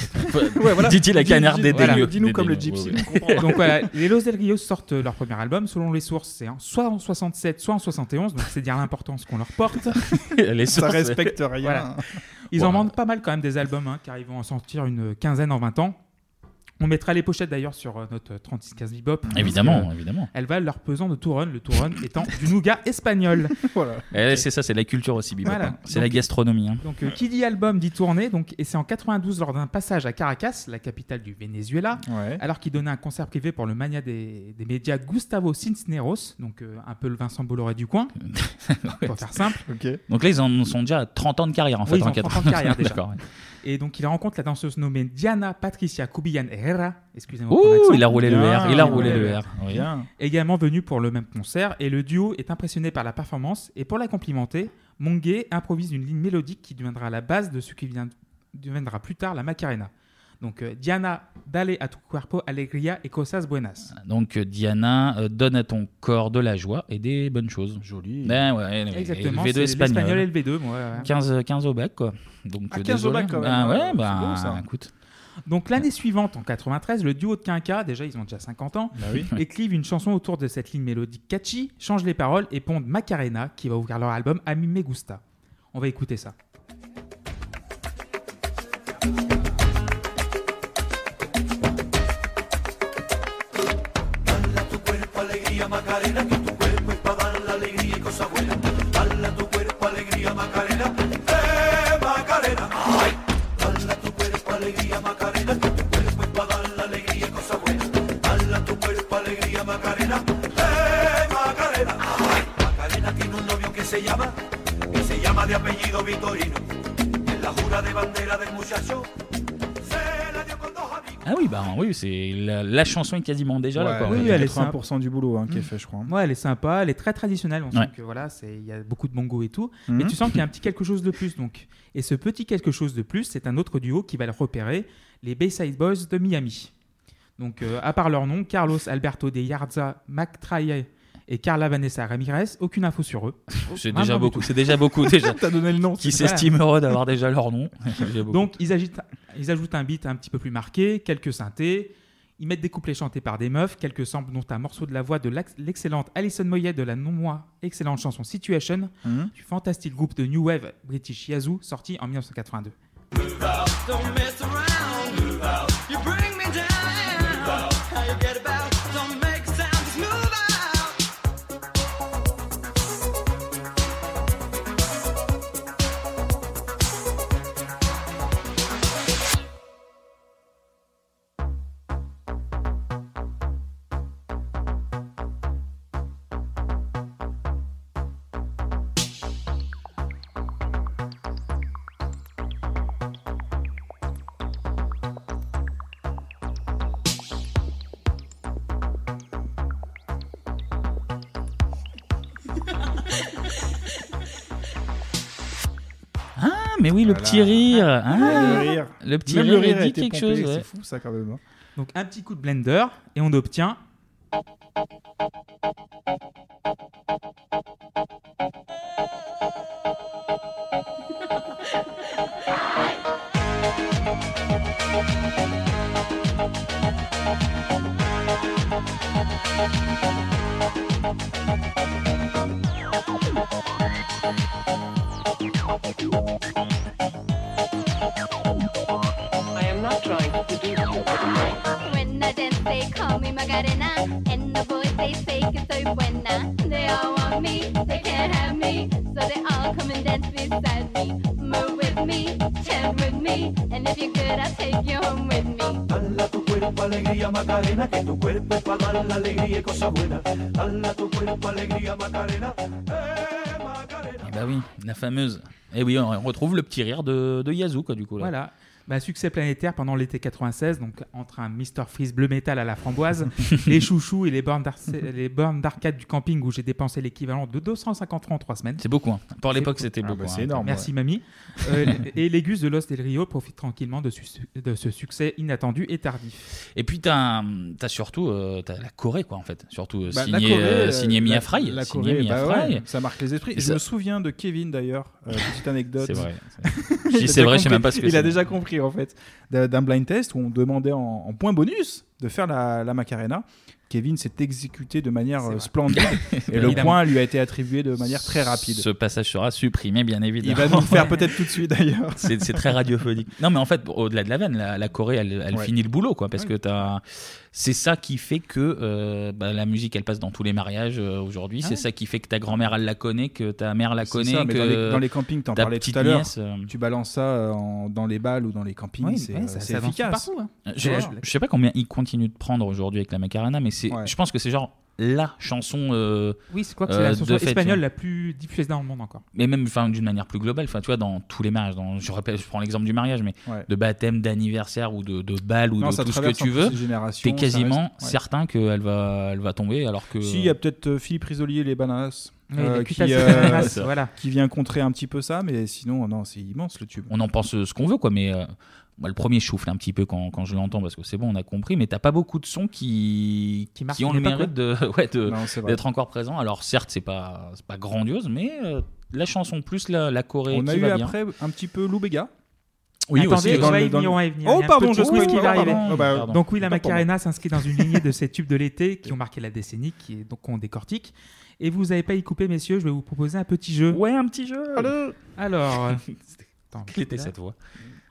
Ouais, voilà. (laughs) Dit-il la Dis- canarde dis- des voilà. délieux. Dis-nous Des comme le délieux, gypsy. oui, on (laughs) comprend. Donc voilà, les Los Del Rio sortent leur premier album, selon les sources, c'est en- soit en 67, soit en 71, donc c'est dire l'importance qu'on leur porte. Les (laughs) Ça sources. respecte rien. Ils en Wow. vendent pas mal quand même des albums, hein, car ils vont en sortir une quinzaine en 20 ans. On mettra les pochettes d'ailleurs sur euh, notre 3615 Bebop. parce Évidemment, que, euh, évidemment. Elles valent leur pesant de Touron, le Touron étant du nougat (laughs) espagnol. voilà. Eh, C'est ça, c'est la culture aussi, Bibop. Voilà. hein. C'est Donc- la gastronomie. hein. Donc, euh, qui dit album dit tournée. Donc, et c'est en 92 lors d'un passage à Caracas, la capitale du Venezuela, alors qu'il donnait un concert privé pour le mania des, des médias Gustavo Cisneros, donc euh, un peu le Vincent Bolloré (laughs) du coin, pour faire simple. Donc là, ils en sont déjà à 30 ans de carrière en fait. Oui, ils en ont 30 ans de 80. carrière déjà. D'accord, ouais. Et donc il rencontre la danseuse nommée Diana Patricia Cubillan Herrera. Excusez-moi. Ouh, pour l'accent. il a roulé le Bien, R, il a il a roulé roulé le le R, R. oui. Bien. Également venu pour le même concert, et le duo est impressionné par la performance. Et pour la complimenter, Monguet improvise une ligne mélodique qui deviendra la base de ce qui vient- deviendra plus tard la Macarena. Donc euh, Diana, dale a tu cuerpo alegría y cosas buenas. Donc euh, Diana, euh, donne à ton corps de la joie et des bonnes choses. Joli. Bah Ben ouais, ouais, Exactement, LV2 c'est espagnol. l'espagnol et le V2, moi, ouais, ouais. 15, 15 au bac quoi. Donc Ah, euh, 15 au désolé. bac, quand Ah même. ouais, C'est bah, beau, ça. écoute. Donc l'année suivante, en 93, le duo de Quinca, déjà ils ont déjà 50 ans, Bah oui. écrivent une chanson autour de cette ligne mélodique catchy, changent les paroles et pondent Macarena, qui va ouvrir leur album A mi me gusta. On va écouter ça. alegría Macarena, que tu cuerpo es para dar la alegría y cosas buenas. Dala tu cuerpo alegría Macarena, eh Macarena. Ay, dala tu cuerpo alegría Macarena, que tu cuerpo es para dar la alegría y cosas buenas. Dala tu cuerpo alegría Macarena, eh Macarena. Ay, Macarena tiene un novio que se llama, que se llama de apellido Vitorino. En la jura de bandera del muchacho. Ah oui, bah oui, c'est la, la chanson est quasiment déjà là Ouais, quoi. oui, Ouais. elle est 80% du boulot hein, qui est Mm. fait, je crois. Ouais, elle est sympa, elle est très traditionnelle. On Ouais. sent que voilà, c'est- il y a beaucoup de bongo et tout, Mhm. mais tu sens qu'il y a un petit quelque chose de plus. Donc, et ce petit quelque chose de plus, c'est un autre duo qui va le repérer, les Bayside Boys de Miami. Donc, euh, à part leur nom, Carlos Alberto de Yarza, Mac Traillé et Carla Vanessa Ramirez, aucune info sur eux. C'est Vraiment déjà du beaucoup, tout. c'est déjà beaucoup (laughs) déjà. Qui Voilà. s'estiment heureux d'avoir déjà leur (laughs) nom. C'est déjà beaucoup. Donc ils, agitent- ils ajoutent un beat un petit peu plus marqué, quelques synthés, ils mettent des couplets chantés par des meufs, quelques samples dont un morceau de la voix de l'ex- l'excellente Alison Moyet de la non moi excellente chanson Situation Mhm. du fantastique groupe de New Wave British Yazoo sorti en 1982. Don't mess around. Move out. You bring me down. Move out. How you get about? Don't make a sound. Just move out. Ah, mais oui, le Voilà. petit rire. Ah, Même le rire. Le petit Même rire, le rire il a dit été quelque pompé, chose. ouais. C'est fou ça quand même. hein. Donc un petit coup de blender et on obtient I am not trying to do When I dance, they call me Macarena. Macarena. They all want me, they can't have me, so they all come and dance beside me. Move with me, chant with me, and if you're good, I'll take you home with me. Dala tu cuerpo alegría Macarena, que tu cuerpo es para dar la alegría y cosas buenas. Dala tu cuerpo alegría Macarena. Eh bah oui, la fameuse. Et oui, on retrouve le petit rire de, de Yazoo, quoi, du coup. Là. Voilà. Bah, succès planétaire pendant l'été 96, donc entre un Mr. Freeze bleu métal à la framboise, les chouchous et les bornes d'arc- les bornes d'arcade du camping où j'ai dépensé l'équivalent de 250 francs en 3 semaines. C'est beaucoup. hein. Pour C'est l'époque, beaucoup. Ah c'était bah, beaucoup. hein. Merci, mamie. Euh, (laughs) et les gus de Los Del Rio profitent tranquillement de, su- de ce succès inattendu et tardif. Et puis, t'as as surtout euh, t'as la Corée, quoi, en fait. Surtout euh, Bah, la signé, Corée, euh, euh, signé la- Mia Fry. La Signé Corée, Mia bah Fry. ouais, ça marque les esprits. Et Je ça- me souviens de Kevin d'ailleurs, (laughs) euh, petite anecdote. C'est (laughs) vrai, Il Je dis a c'est déjà vrai, je sais même compris- pas ce que Il c'est. a déjà compris en fait d'un d'un blind test où on demandait en, en point bonus de faire la, la Macarena. Kevin s'est exécuté de manière (laughs) euh, splendide et le Évidemment. point lui a été attribué de manière très rapide. Ce passage sera supprimé, bien évidemment. va nous le faire peut-être tout de suite, d'ailleurs. C'est c'est très radiophonique. Non, mais en fait, au-delà de la veine, la, la Corée, elle, elle Ouais. finit le boulot, quoi, parce Ouais. que t'as- c'est ça qui fait que euh, bah, la musique, elle passe dans tous les mariages euh, aujourd'hui. Ah c'est ouais. ça qui fait que ta grand-mère, elle la connaît, que ta mère la C'est connaît, ça, mais que dans, les, dans les campings, t'en ta parlais tout petite à l'heure. nièce, euh, Tu balances ça euh, en- dans les balles ou dans les campings, Oui, c'est ouais, euh, ça- c'est ça avance efficace. partout, hein. Je, je- je sais pas combien il continue de prendre aujourd'hui avec la Macarena, mais c'est, je pense que c'est genre la chanson. euh, Oui, c'est quoi que c'est euh, la de chanson fête, espagnole tu vois. la plus diffusée dans le monde encore. Mais même enfin, d'une manière plus globale, enfin, tu vois, dans tous les mariages, dans, je, rappelle, je prends l'exemple du mariage, mais Ouais. de baptême, d'anniversaire ou de, de bal ou Non, de ça tout ce que traverse tu en veux, plus les générations, t'es ça quasiment reste- ouais. certain qu'elle va, elle va tomber alors que. Si, il y a peut-être euh, Philippe Risolier, les bananas. euh, Oui, les qui, cutasses et les bananas, voilà. (laughs) qui vient contrer un petit peu ça, mais sinon, non, c'est immense le tube. on en pense euh, ce qu'on veut, quoi, mais euh, moi, le premier souffle un petit peu quand, quand je l'entends parce que c'est bon, on a compris, mais t'as pas beaucoup de sons qui, qui, marquent ont une le époque, mérite de- (laughs) ouais, de- Non, c'est vrai. Euh, d'être encore présents. Alors certes, c'est pas, c'est pas grandiose, mais euh, la chanson plus la, la Corée On qui a eu va bien. Ah après un petit peu Lou Béga. Oui, Attendez, aussi, on Dans va le- y dans venir, le- on va y venir. Oh, Il y a un pardon, peu je de twist qui squeeze. va Oh, arriver. pardon. Oh, bah, Donc oui, la autant pour moi. Macarena s'inscrit dans une lignée de ces tubes de l'été qui ont marqué la décennie, qui est donc qu'on décortique. Et vous n'avez pas y coupé, messieurs, je vais vous proposer un petit jeu. Ouais, un petit jeu. (laughs) Alors, euh, attends, Quelle était là. cette voix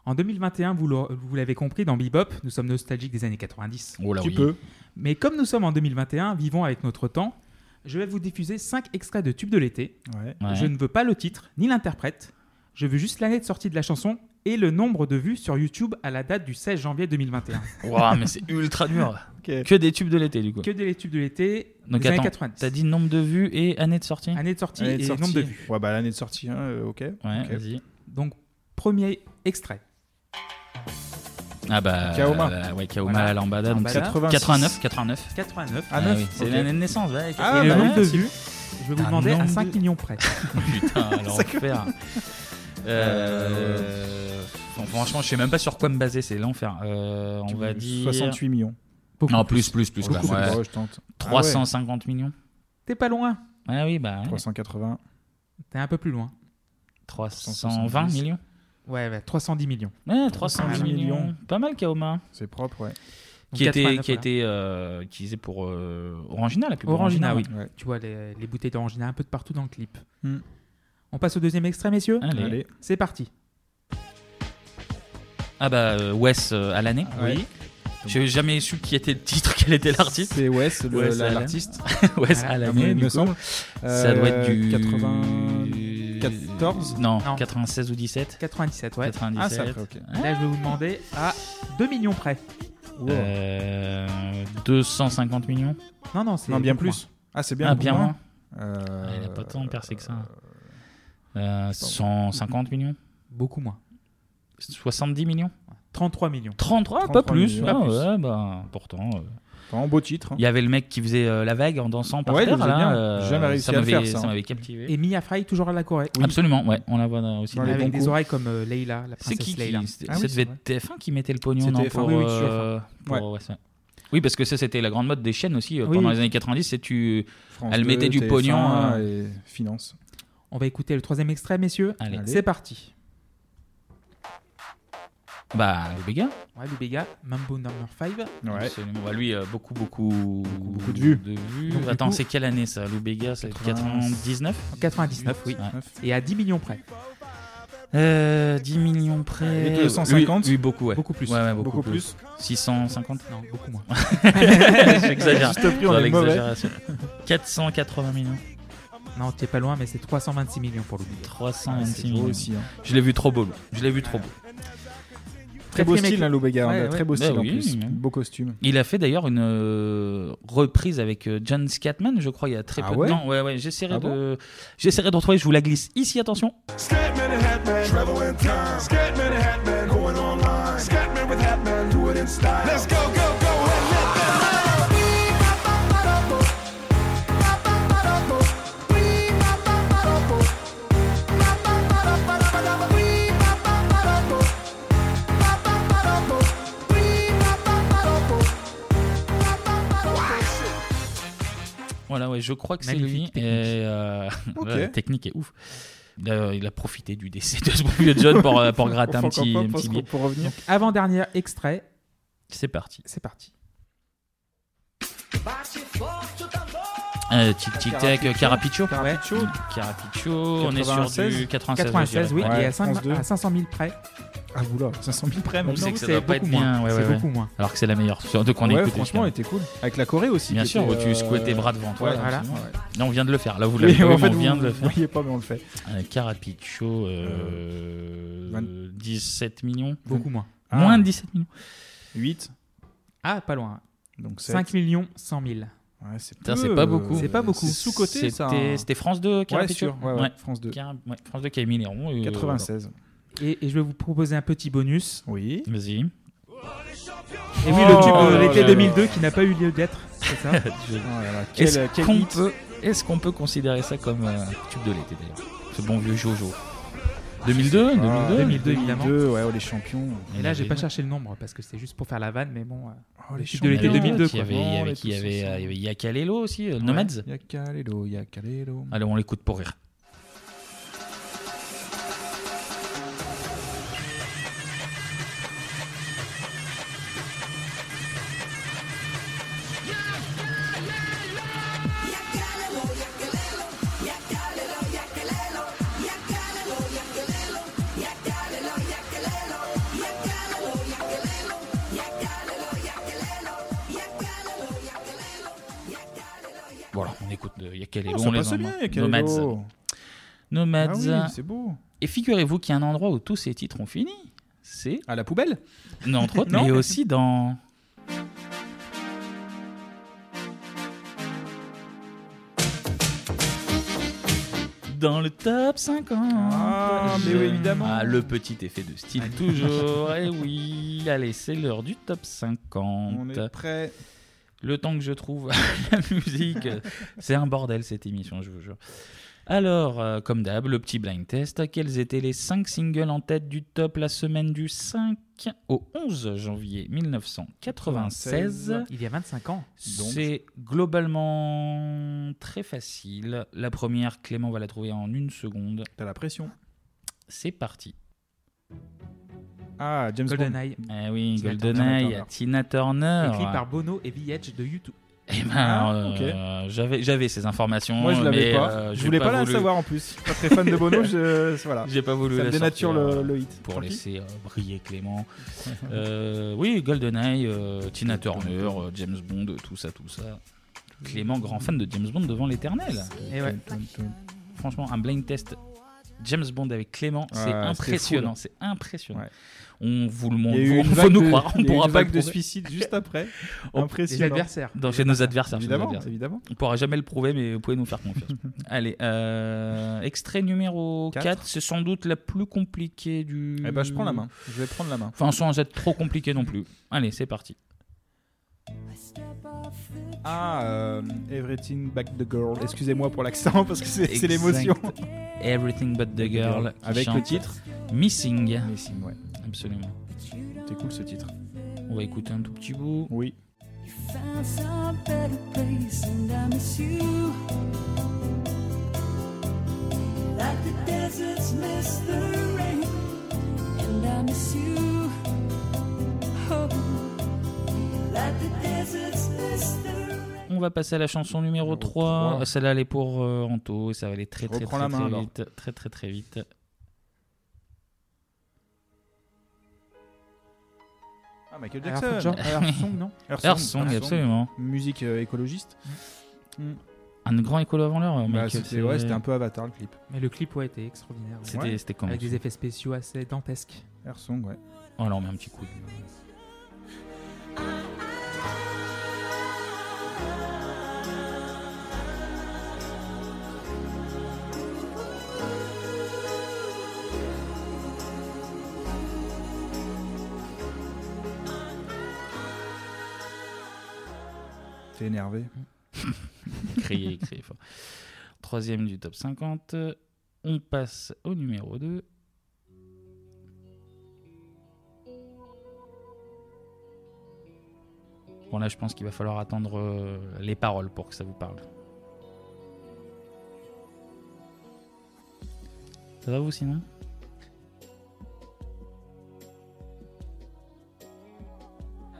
En 2021, vous l'aurez- vous l'avez compris, dans Bebop, nous sommes nostalgiques des années 90. Oh là Tu oui. peux. Mais comme nous sommes en 2021, vivons avec notre temps, je vais vous diffuser 5 extraits de tubes de l'été. Ouais. Ouais. Je ne veux pas le titre ni l'interprète. Je veux juste l'année de sortie de la chanson et le nombre de vues sur YouTube à la date du 16 janvier 2021. (laughs) Ouah, mais c'est ultra dur. Que des tubes de l'été, du coup. Que des tubes de l'été Donc, des années attends, 90. T'as dit nombre de vues et année de sortie Année de sortie L'année de et sortie. nombre de vues. Ouais, bah l'année de sortie, hein, euh, ok. Ouais, Ok. vas-y. Donc, premier extrait. Ah bah. Kaoma. euh, ouais, Kaoma Voilà. la Lambada. Donc c'est 86. 89. 89. 89. Ah, oui, c'est ok. l'année de naissance. Ouais, Ah, et le bah, nombre de c'est- vues, je vais vous Un demander à nombre 5 de- millions près. (laughs) Putain, l'enfer. Euh, Euh, fran- Franchement, je sais même pas sur quoi me baser, c'est l'enfer. Euh, on va dire. 68 millions. non, plus, plus, plus. Beaucoup quand même, plus. ouais. Ouais, je tente. Ah ouais. 350 millions. T'es pas loin. Ah oui, bah. ouais. 380. T'es un peu plus loin. 320 millions. Ouais, ouais, 310 millions. Ouais, 310 millions. Pas mal, Kaoma. C'est propre, ouais. Qui Donc, était, 89, qui voilà. était euh, utilisé pour euh, Orangina, la pub. Orangina, oui. ouais. Tu vois les, les bouteilles d'Orangina un peu de partout dans le clip. Hmm. On passe au deuxième extrait, messieurs Allez. Allez. C'est parti. Ah bah, euh, Wes euh, à l'année. Oui. J'ai jamais su qui était le titre, (laughs) quel était l'artiste. C'est Wes, le- Wes la- Allen. l'artiste. Wes Voilà. à Ah, l'année, il du me coup. semble. Ça doit être du. Euh, 94? Non, Non. 96 ou 17 97, ouais. 97. Ah, ça, après, ok. Là, je vais vous demander à 2 millions près. Euh, 250 millions Non, non, c'est. Non, bien beaucoup plus. Ah, c'est bien Ah, beaucoup bien moins. moins. Ah, Euh, Il a pas tant percé que ça. Euh, 150 millions Beaucoup moins. 70 millions 33 millions. 33, pas 33 plus. millions. Ah Pas plus. ouais, bah, pourtant. euh, En beau titre. hein. Il y avait le mec qui faisait euh, la vague en dansant par Ouais, il terre. le faisait là, bien. euh, Jamais réussi ça à le m'avait- faire, ça. Ça m'avait captivé. Et Mia Fry, toujours à la Corée. Absolument, ouais, on la voit dans- aussi. Dans dans les Avec bons des coups. Ah oreilles comme euh, Leila, la C'est princesse qui qui Leila. c'était- Ça devait être TF1 qui mettait le pognon C'était non, TF1, pour, oui, oui, euh, sur F1. pour- ouais, c'est vrai. Oui, parce que ça, c'était la grande mode des chaînes aussi euh, Oui. pendant les années 90. C'est tu, France elle 2, mettait du TF1 pognon. euh, et finance. On va écouter le troisième extrait, messieurs. Allez. C'est parti. Bah, le Béga. Ouais, le Béga, Mambo Number 5. Absolument. Bah, lui, euh, beaucoup, beaucoup, beaucoup, de vues. Donc, du Attends, coup- c'est quelle année ça Lou Béga, c'est 99 99, oui. Et à 10 millions près. Euh, 10 millions près. Et 250? Oui, oui, beaucoup, ouais. Beaucoup plus. Ouais, ouais, beaucoup, Beaucoup plus. (laughs) 650 Non, beaucoup moins. J'exagère. Juste plus, (laughs) on Dans est mauvais. l'exagération. 480 millions. Non, t'es pas loin, mais c'est 326 millions pour l'oublier. Ah, 326 millions. hein. Je l'ai vu trop beau, Lou. Je l'ai vu trop beau. Très beau Quatrième style, équipe. hein, Lou Béga, on Ouais, a ouais. Très beau Bah style en oui, plus. oui. Beau costume. Il a fait d'ailleurs une euh, reprise avec euh, John Scatman, je crois, il y a très Ah peu ouais de temps. Ouais, ouais, j'essaierai Ah bon de... j'essaierai de retrouver, je vous la glisse ici, attention. Scatman and Hatman, travel in time. Scatman and Hatman, going online. Scatman with Hatman, do it in style. Let's go, go, go, and let them know. Voilà, ouais, je crois que c'est lui. Magnifique Et, euh, (laughs) Ok. la technique est ouf. Euh, il a profité du décès de ce vieux John pour, euh, pour gratter un Faut petit, encore pas un pour petit se- billet. pour revenir. Donc, avant-dernier extrait, C'est parti. c'est parti. Ah, Euh, tic tic tac, euh, Carapicho. Carapicho. Carapicho, on est sur du 96. 96, oui, ouais. et à, cinq- à 500 000 près. Ah, oula, 500 000 près, On sait que ça doit c'est pas être beaucoup bien. moins. ouais, C'est ouais, ouais. beaucoup moins. Alors que c'est la meilleure. Surtout Bah, qu'on Ouais, écoute. franchement, elle était cool. Avec la Corée aussi. Bien qui sûr, était, où tu euh, secouais tes bras devant toi. ouais, voilà. absolument, ouais. Là, on vient de le faire. Là, (laughs) vous Oui, l'avez pas vu, en mais fait, on vient vous- de le vous faire. voyez pas, mais on le fait. Euh, Carapicho, euh, 17 millions. Beaucoup moins. Ah. Moins de 17 millions. 8. Ah, pas loin. Donc 5 millions 100 000. Ouais, c'est Putain, peu, c'est pas euh, beaucoup. C'est pas beaucoup. C'est Sous-côté, ça. hein. C'était- C'était France 2, Carapicho sûr, ouais, ouais, France 2. Cara- ouais, France 2 qui a mis les ronds. et, euh, 96. Et, et je vais vous proposer un petit bonus. Oui. Vas-y. Et oui, le tube Oh de là l'été là. 2002 qui n'a pas eu lieu d'être, (laughs) c'est ça Je- quel- euh, Est-ce quel qu'on hit. peut, est-ce qu'on peut considérer ça comme euh, tube de l'été d'ailleurs Ce bon vieux Jojo. 2002 Ah, 2002 2002, évidemment. 2002, ouais, oh, les champions. Et là, j'ai pas cherché le nombre parce que c'était juste pour faire la vanne, mais bon. euh, Oh, les le tube champions. de l'été Il y avait- 2002, Ah Il y quoi. avait, il y Oh, avait, les qui, il y tous avait, ensemble. euh, il y avait Yakalelo aussi, euh, Nomads. Y'a Kalelo, y'a Kalelo. Allez, on l'écoute pour rire. Voilà, on écoute de Yakalelo. Ah, on ça les passe en- bien, Yakalelo. Nomads. Nomads. Ah oui, c'est beau. Et figurez-vous qu'il y a un endroit où tous ces titres ont fini. C'est. À la poubelle Non, entre autres, (laughs) Non. mais aussi dans. Dans le top 50. Ah, mais oui, évidemment. Ah, le petit effet de style, toujours. (laughs) Et oui, allez, c'est l'heure du top 50. On est prêt. Le temps que je trouve (laughs) la musique, euh, c'est un bordel cette émission, je vous jure. Alors, euh, comme d'hab, le petit blind test. Quels étaient les 5 singles en tête du top la semaine du 5 au 11 janvier 1996 Il y a 25 ans. C'est globalement très facile. La première, Clément va la trouver en une seconde. T'as la pression. C'est parti. Ah, James Bond. GoldenEye, Eh oui, Tina GoldenEye, Turner. à Tina Turner. écrit par Bono et Village de YouTube. Eh ben, Ah, euh, j'avais, j'avais ces informations. Moi, je mais, l'avais pas. euh, je j'ai voulais pas, la voulu- savoir en plus. Pas très fan de Bono, je. (laughs) Voilà. J'ai pas voulu Ah. Ça la me dénature sortir, le, euh, le hit. Pour Tant pis. laisser euh, briller (laughs) Clément. Euh, oui, GoldenEye, euh, Tina Turner, euh, James Bond, tout ça, tout ça. Clément, grand fan de James Bond devant l'éternel. Et ouais. Franchement, un blind test James Bond avec Clément, c'est Ouais, c'était impressionnant. fou, C'est impressionnant. Ouais. On vous le Il y montre. a eu Il une faut vague nous de- croire. il On y a eu pourra une pas le vague de prouver. suicides (laughs) juste après. Oh, Les Impressionnant. adversaires. Dans- chez nos adversaires. chez nos Évidemment, adversaires. évidemment. On pourra jamais le prouver, mais vous pouvez nous faire (laughs) confiance. Allez, euh, extrait numéro 4. Quatre. c'est sans doute la plus compliquée du. Eh ben, je prends la main. Je vais prendre la main. Enfin, sans être trop compliqué non plus. Allez, c'est parti. Ah, euh, Everything Back the Girl. Excusez-moi pour l'accent parce que c'est c'est Exact. l'émotion. Everything but the girl. qui Avec le chante titre. Missing. Missing, ouais. Absolument. C'est cool ce titre. On va écouter un tout petit bout. Oui. Found some better place and I miss you. Like the deserts miss the rain and I miss you. Oh. Like the deserts miss the On va passer à la chanson numéro, 3. trois. Celle-là, elle est pour euh, Anto. Et ça va aller très, très, Reprends très, la main, très alors. vite. Très, très, très vite. Ah, Michael Earth Jackson. Song, Earth Song, non Earth Song, absolument. Musique euh, écologiste. Un grand écolo avant l'heure. euh, Bah, Michael, c'était c'est- ouais, c'était un peu Avatar le clip. Mais le clip, ouais, était extraordinaire. C'était- Ouais. c'était comment, Avec des ça effets spéciaux assez dantesques. Air Song, ouais. Oh là, on met un petit coup. T'es énervé. crier, crier fort. Troisième du top 50. On passe au numéro 2. Bon là je pense qu'il va falloir attendre euh, les paroles pour que ça vous parle. Ça va vous sinon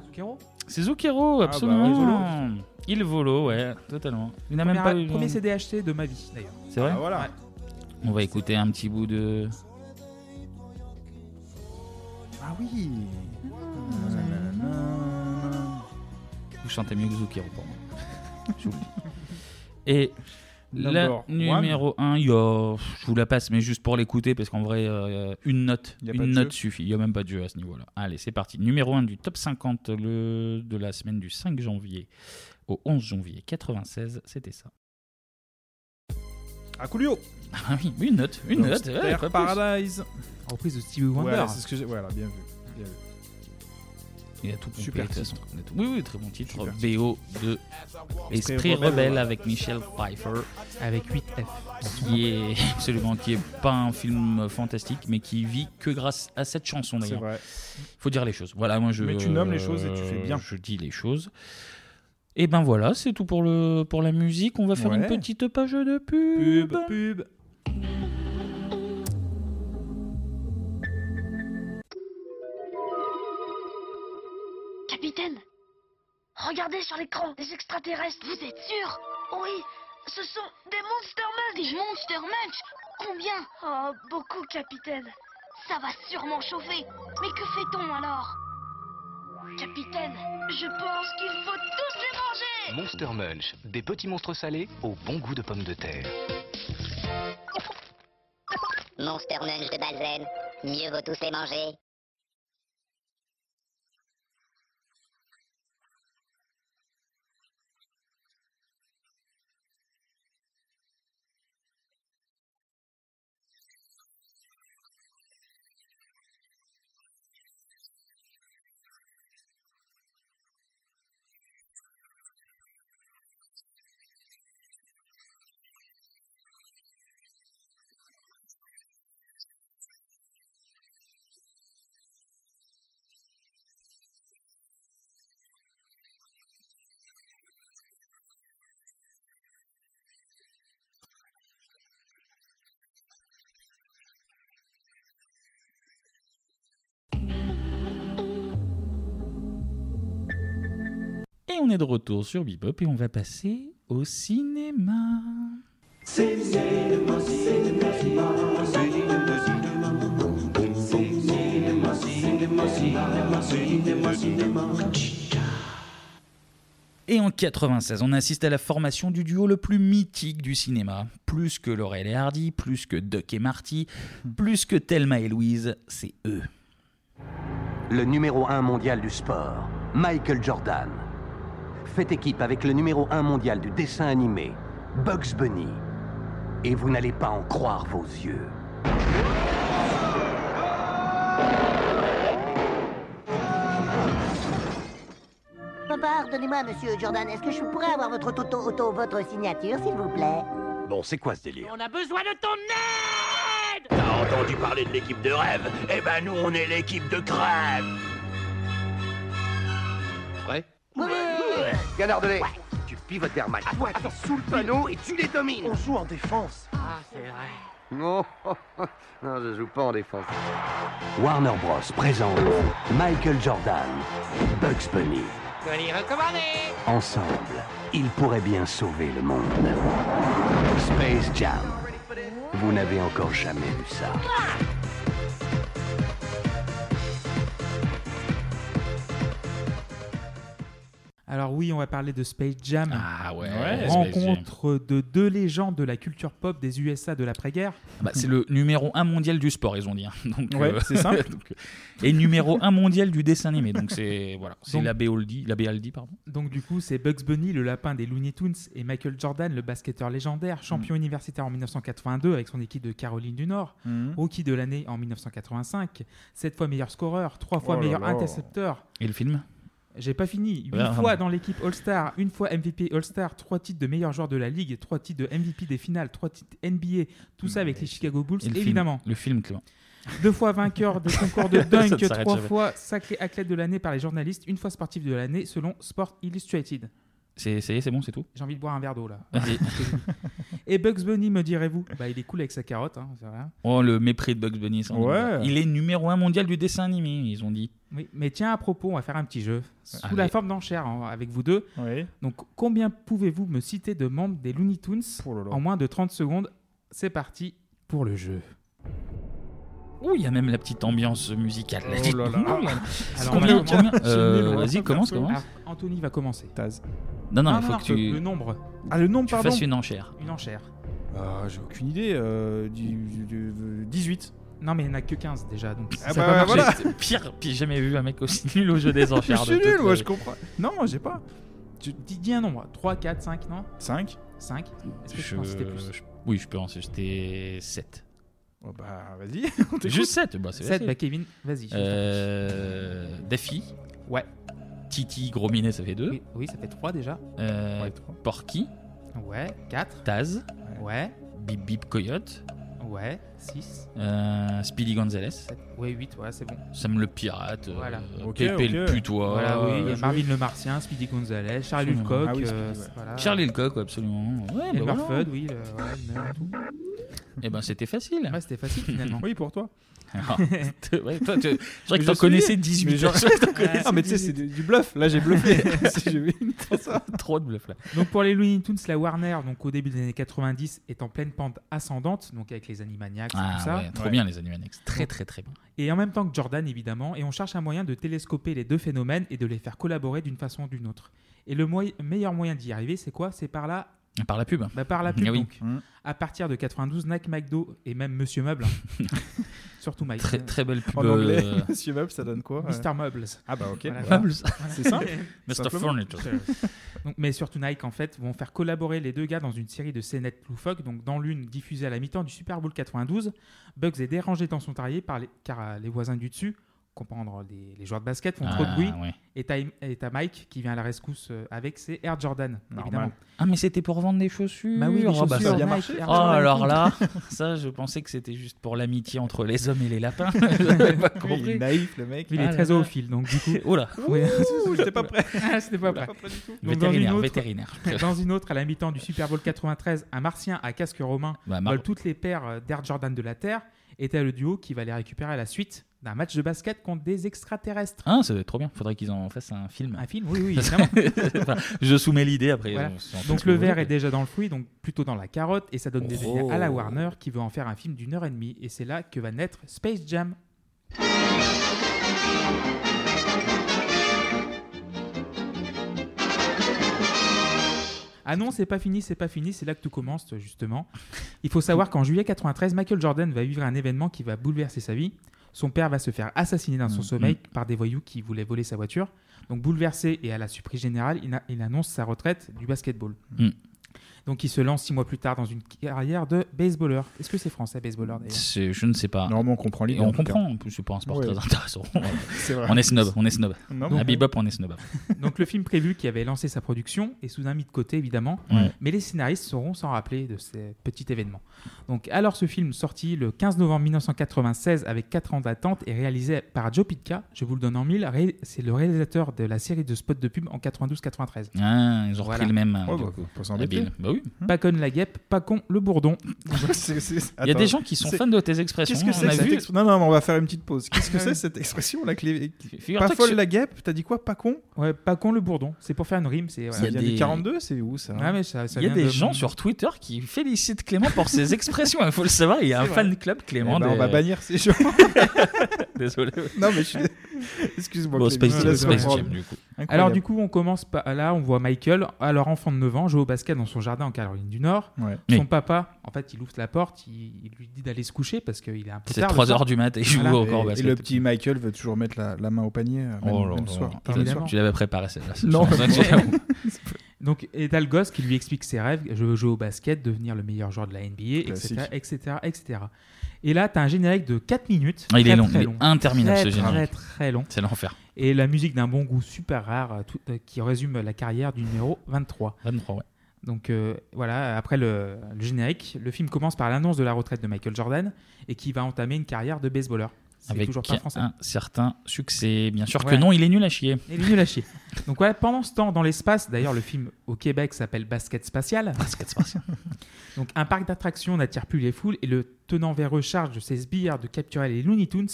Zucchero C'est Zucchero, Ah bah, absolument. il volo. il volo, ouais, totalement. Il n'a Premier même pas a- eu- Premier CD acheté de ma vie, d'ailleurs. C'est vrai Ah, voilà. Ouais. On va écouter un petit bout de. Ah oui Ah, Vous chantez mieux que Zucchero pour moi. (laughs) Je vous le dis. Et la Number one. numéro 1, je vous la passe, mais juste pour l'écouter, parce qu'en vrai, euh, une note, Y a pas une de note jeu. suffit. Il n'y a même pas de jeu à ce niveau-là. Allez, c'est parti. Numéro 1 du top 50 le... de la semaine du 5 janvier au 11 janvier 96, c'était ça. (laughs) Ah, Coolio Ah oui, une note, une Donc, note. ouais, Star pas plus. Paradise. Reprise de Stevie Wonder. Voilà, c'est ce que j'ai. Voilà, bien vu. Bien vu. Il a tout pompé, Super de toute titre. façon. Il a tout- Oui, oui, très bon titre. Super BO de Esprit Esprit Rebelle. euh, Rebelle avec Michel Pfeiffer. Avec 8 F. Qui est absolument, qui est pas un film fantastique, mais qui vit que grâce à cette chanson C'est d'ailleurs. vrai. Faut dire les choses. Voilà, moi je. Mais tu nommes les choses et tu fais bien. Je dis les choses. Et ben voilà, c'est tout pour le pour la musique. On va faire une Ouais. petite page de pub. Pub, pub. Capitaine Regardez sur l'écran, des extraterrestres Vous êtes sûr Oui, ce sont des Monster Munch Des Monster Munch Combien Oh, beaucoup, capitaine Ça va sûrement chauffer Mais que fait-on alors Capitaine, je pense qu'il faut tous les manger Monster Munch, des petits monstres salés au bon goût de pommes de terre. Monster Munch de Balzen, mieux vaut tous les manger. Et on est de retour sur Bebop et on va passer au cinéma. Et en 96, on assiste à la formation du duo le plus mythique du cinéma. Plus que Laurel et Hardy, plus que Duck et Marty, plus que Thelma et Louise, c'est eux. Le numéro 1 mondial du sport, Michael Jordan, fait équipe avec le numéro 1 mondial du dessin animé, Bugs Bunny. Et vous n'allez pas en croire vos yeux. Papa, donnez-moi, monsieur Jordan, est-ce que je pourrais avoir votre auto, auto, votre signature, s'il vous plaît Bon, c'est quoi ce délire On a besoin de ton aide T'as entendu parler de l'équipe de rêve Eh ben nous, on est l'équipe de crève Prêt Canard de lait Tu pivotes vers Mike. Toi, t'es sous le panneau et tu les domines On joue en défense Ah, c'est vrai. Non, (laughs) non, je joue pas en défense. Warner Bros. présente Michael Jordan, Bugs Bunny. Colis recommandé Ensemble, ils pourraient bien sauver le monde. Space Jam. Vous n'avez encore jamais vu ça. Alors oui, on va parler de Space Jam. Ah ouais, Ouais, Space Jam. rencontre de deux légendes de la culture pop des USA de l'après-guerre. Bah, c'est le numéro 1 mondial du sport, ils ont dit. hein. (laughs) Donc, Ouais, c'est (laughs) ça. donc, euh, et numéro 1 mondial du dessin animé. Donc c'est voilà, c'est Donc- l'abbé Aldi, l'abbé Aldi, pardon. Donc du coup, c'est Bugs Bunny, le lapin des Looney Tunes, et Michael Jordan, le basketteur légendaire, Mm. champion universitaire en 1982 avec son équipe de Caroline du Nord, Hmm. Mhm. rookie de l'année en 1985, 7 fois meilleur scoreur, 3 fois Oh là meilleur là. intercepteur. Et le film J'ai pas fini. 8 Ah. fois dans l'équipe All-Star, une fois MVP All-Star, 3 titres de meilleur joueur de la ligue, 3 titres de MVP des finales, 3 titres NBA, tout ça avec les Chicago Bulls, Et le film- évidemment. le film, Clément. Deux fois vainqueur de concours (laughs) de Ça ne dunk, s'arrête trois jamais. fois sacré athlète de l'année par les journalistes, une fois sportif de l'année selon Sport Illustrated. C'est ça y est, c'est bon, c'est tout. J'ai envie de boire un verre d'eau là. Vas-y. (laughs) Et Bugs Bunny, me direz-vous Bah, il est cool avec sa carotte, hein, c'est vrai. Oh, le mépris de Bugs Bunny. sans doute. Ouais. Il est numéro 1 mondial du dessin animé, ils ont dit. Oui, mais tiens, à propos, on va faire un petit jeu sous Allez. la forme d'enchères hein, avec vous deux. Donc, combien pouvez-vous me citer de membres des Looney Tunes en moins de 30 secondes C'est parti pour le jeu. Ouh, il y a même la petite ambiance musicale. là. Oh là là. Ouh là là. Alors, combien, on va- combien Je suis Euh, nul, on va pas Vas-y, faire commence, ça. commence. Ah, Anthony va commencer. (laughs) Non, non, il faut que le- tu- Le nombre. Ah, le nombre, Tu pardon. fasses une enchère. Une enchère. Ah, J'ai aucune idée. euh, du- du- du- 18. Non, mais il n'y en a que 15 déjà. Donc Ah ça bah, va marcher. voilà. C'est Pire, puis j'ai jamais vu un mec aussi nul au jeu des enchères. (laughs) de Je suis nul, toute moi, la je vie. comprends. Non, j'ai pas. Tu dis, dis un nombre 3, 4, 5, non 5 5 Est-ce que tu Je- penses que c'était plus je- Oui, je peux en c'était 7. bah vas-y. Juste 7, bah c'est Sept, facile. bah, Kevin, vas-y, je t'en Euh, Daffy. Ouais. Titi, Gros Minet, ça fait 2. Oui, oui, ça fait 3 déjà. Euh, Porky. Ouais, 4. Taz. Ouais. Bip Bip Coyote. Ouais, 6. Euh, Speedy Gonzalez. Ouais, 8, ouais, c'est bon. Sam le pirate. euh, Voilà. Pépé le putois. Voilà, oui, il y euh, a Marvin le Martien, Speedy Gonzalez, Charlie Absolument. Hulcock. Ah oui, euh, Speedy, ouais. voilà. Charlie Lecoq, ouais, absolument. Ouais, Elmer bah voilà. Fudd, oui, le- ouais, le maire et tout. Eh ben, c'était facile. Ouais, c'était facile finalement. (laughs) oui, pour (laughs) toi. (laughs) Ah, t- ouais, toi, tu- je crois Mais que t'en je connaissais suis- 18. mais genre- Je (laughs) crois que t'en connaissais Ah, mais tu sais, c'est 18. du du bluff. Là, j'ai (laughs) bluffé. (laughs) Si j'ai vu une- Trop de bluff là. Donc pour les Looney Tunes, la Warner, donc au début des années 90, est en pleine pente ascendante, donc avec les Animaniacs et Ah tout ça. ouais, trop bien les Animaniacs. Très, très, très bien. Et en même temps que Jordan, évidemment, et on cherche un moyen de télescoper les deux phénomènes et de les faire collaborer d'une façon ou d'une autre. Et le moy- meilleur moyen d'y arriver, c'est quoi C'est par là. Par la pub. Bah, par la Eh pub, Ah oui. donc. À partir de 92, Nike, McDo et même Monsieur (laughs) Meuble. Surtout Mike. Très- très belle pub, En anglais, euh, (laughs) (laughs) Monsieur Meubles, ça donne quoi Mr. Meubles. Ah bah ok. Voilà. Meubles. Voilà. C'est (laughs) simple. Mr. Simplement. Furniture. (laughs) Donc, mais surtout Nike, en fait, vont faire collaborer les deux gars dans une série de scénettes loufoques. Donc, dans l'une diffusée à la mi-temps du Super Bowl 92, Bugs est dérangé dans son terrier par les, car euh, les voisins du dessus, comprendre les, les joueurs de basket, font trop de Ah, bruit. ouais. Et t'as et t'as Mike qui vient à la rescousse euh, avec ses Air Jordan, Normal. évidemment. Ah, mais c'était pour vendre des chaussures. Bah Ah, oui, les Oh, bah, chaussures, ça- Nike, Air Oh, Jordan, alors tout. là, ça, je pensais que c'était juste pour l'amitié entre les hommes et les lapins. J'avais pas Oui, compris. il est bah. naïf, le mec. Il est très zoophile, donc, du (laughs) coup- Oh là. Oui. Ouh, j'étais pas prêt. (laughs) Ah, c'était pas Oula. prêt. Donc, dans Vétérinaire, une autre- vétérinaire. Dans une autre, à la mi-temps du Super Bowl 93, un martien à casque romain Bah, Mar- vole toutes les paires euh, d'Air Jordan de la Terre et t'as le duo qui va les récupérer à la suite d'un match de basket contre des extraterrestres. Ah, ça doit être trop bien. Faudrait qu'ils en fassent un film. Un film, oui, oui, évidemment. (laughs) Enfin, je soumets l'idée après. Ah, Voilà. on s'en fout ce Donc que le vous voulez. verre est déjà dans le fruit, donc plutôt dans la carotte, et ça donne des Oh. idées à la Warner qui veut en faire un film d'une heure et demie, et c'est là que va naître Space Jam. Ah non, c'est pas fini, c'est pas fini, c'est là que tout commence justement. Il faut savoir qu'en juillet 93, Michael Jordan va vivre un événement qui va bouleverser sa vie. Son père va se faire assassiner dans son Mm, sommeil par des voyous qui voulaient voler sa voiture. Donc bouleversé et à la surprise générale, il, a- il annonce sa retraite du basketball. Mm. Donc il se lance six mois plus tard dans une carrière de baseballeur. Est-ce que c'est français, baseballeur d'ailleurs (laughs) C'est- Je ne sais pas. Normalement, on comprend l'idée. Ah. Et on en tout cas. comprend. En plus, c'est pas un sport Ouais. euh, très intéressant. C'est vrai. On est snob. On est snob. Non, à mais- Bebop, on est snob. Donc le film prévu qui avait lancé sa production est soudain mis de côté évidemment, Ouais. mais les scénaristes sauront s'en rappeler de ces petits événements. Donc alors ce film sorti le 15 novembre 1996 avec 4 ans d'attente et réalisé par Joe Pitka, je vous le donne en mille, ré- c'est le réalisateur de la série de spots de pub en 92-93. Ah, ils ont repris le même, Pas Oh, Ouais, du bah, coup. faut s'embêter. (laughs) Habile. Bah oui. Pacon la guêpe, Pacon le bourdon. Il y a des gens qui sont C'est- fans de tes expressions. Qu'est-ce que on c'est a que cette vu. expression Non, non, mais on va faire une petite pause. Qu'est-ce que Ouais. c'est cette expression là que les... Figure-toi Pas que folle je- la guêpe T'as dit quoi Pas con Ouais, Pacon le bourdon, c'est pour faire une rime. C'est, Ça voilà. vient du 42, c'est où ça Ah, Ouais, mais ça- ça Il y a vient des de- gens sur Twitter qui félicitent Clément pour ses expressions. Il faut le savoir, il y a un C'est fan vrai. club Clément. Eh ben, on des- va bannir (laughs) ces gens. Désolé. Non, mais je suis- (laughs) Excuse-moi, Bon, Clément, Space Jam, laisse-moi Space Jam, prendre. du coup. Incroyable. Alors du coup, on commence par là, on voit Michael, alors enfant de 9 ans, jouer au basket dans son jardin en Caroline du Nord. Ouais. Son Oui. papa, en fait, il ouvre la porte, il, il lui dit d'aller se coucher parce qu'il est un peu C'est tard. le 3 soir. heures du mat et je Voilà. joue encore au Et basket. le petit Michael veut toujours mettre la, la main au panier, euh, même, Oh là même là. soir. Tu Même l'avais- soir. tu l'avais préparé, celle-là, c'est- Non, c'est vrai que (laughs) c'est bon. Donc, et t'as le gosse qui lui explique ses rêves. Je veux jouer au basket, devenir le meilleur joueur de la NBA, etc., Classique. etc., etc. Et là, t'as un générique de 4 minutes. Ah, il est très, long, très il est interminable, Très, ce générique. Très, très long. C'est l'enfer. Et la musique d'un bon goût super rare euh, tout- euh, qui résume la carrière du numéro 23. 23, ouais. Donc euh, voilà, après le, le générique, le film commence par l'annonce de la retraite de Michael Jordan et qui va entamer une carrière de baseballeur. C'est Avec toujours pas français. un certain succès. Bien sûr que Ouais. non, il est nul à chier. Il est nul à chier. Donc ouais, pendant ce temps, dans l'espace, d'ailleurs le film au Québec s'appelle Basket Spatial. Basket Spatial. (laughs) Donc un parc d'attractions n'attire plus les foules et le tenant véreux charge de ses sbires de capturer les Looney Tunes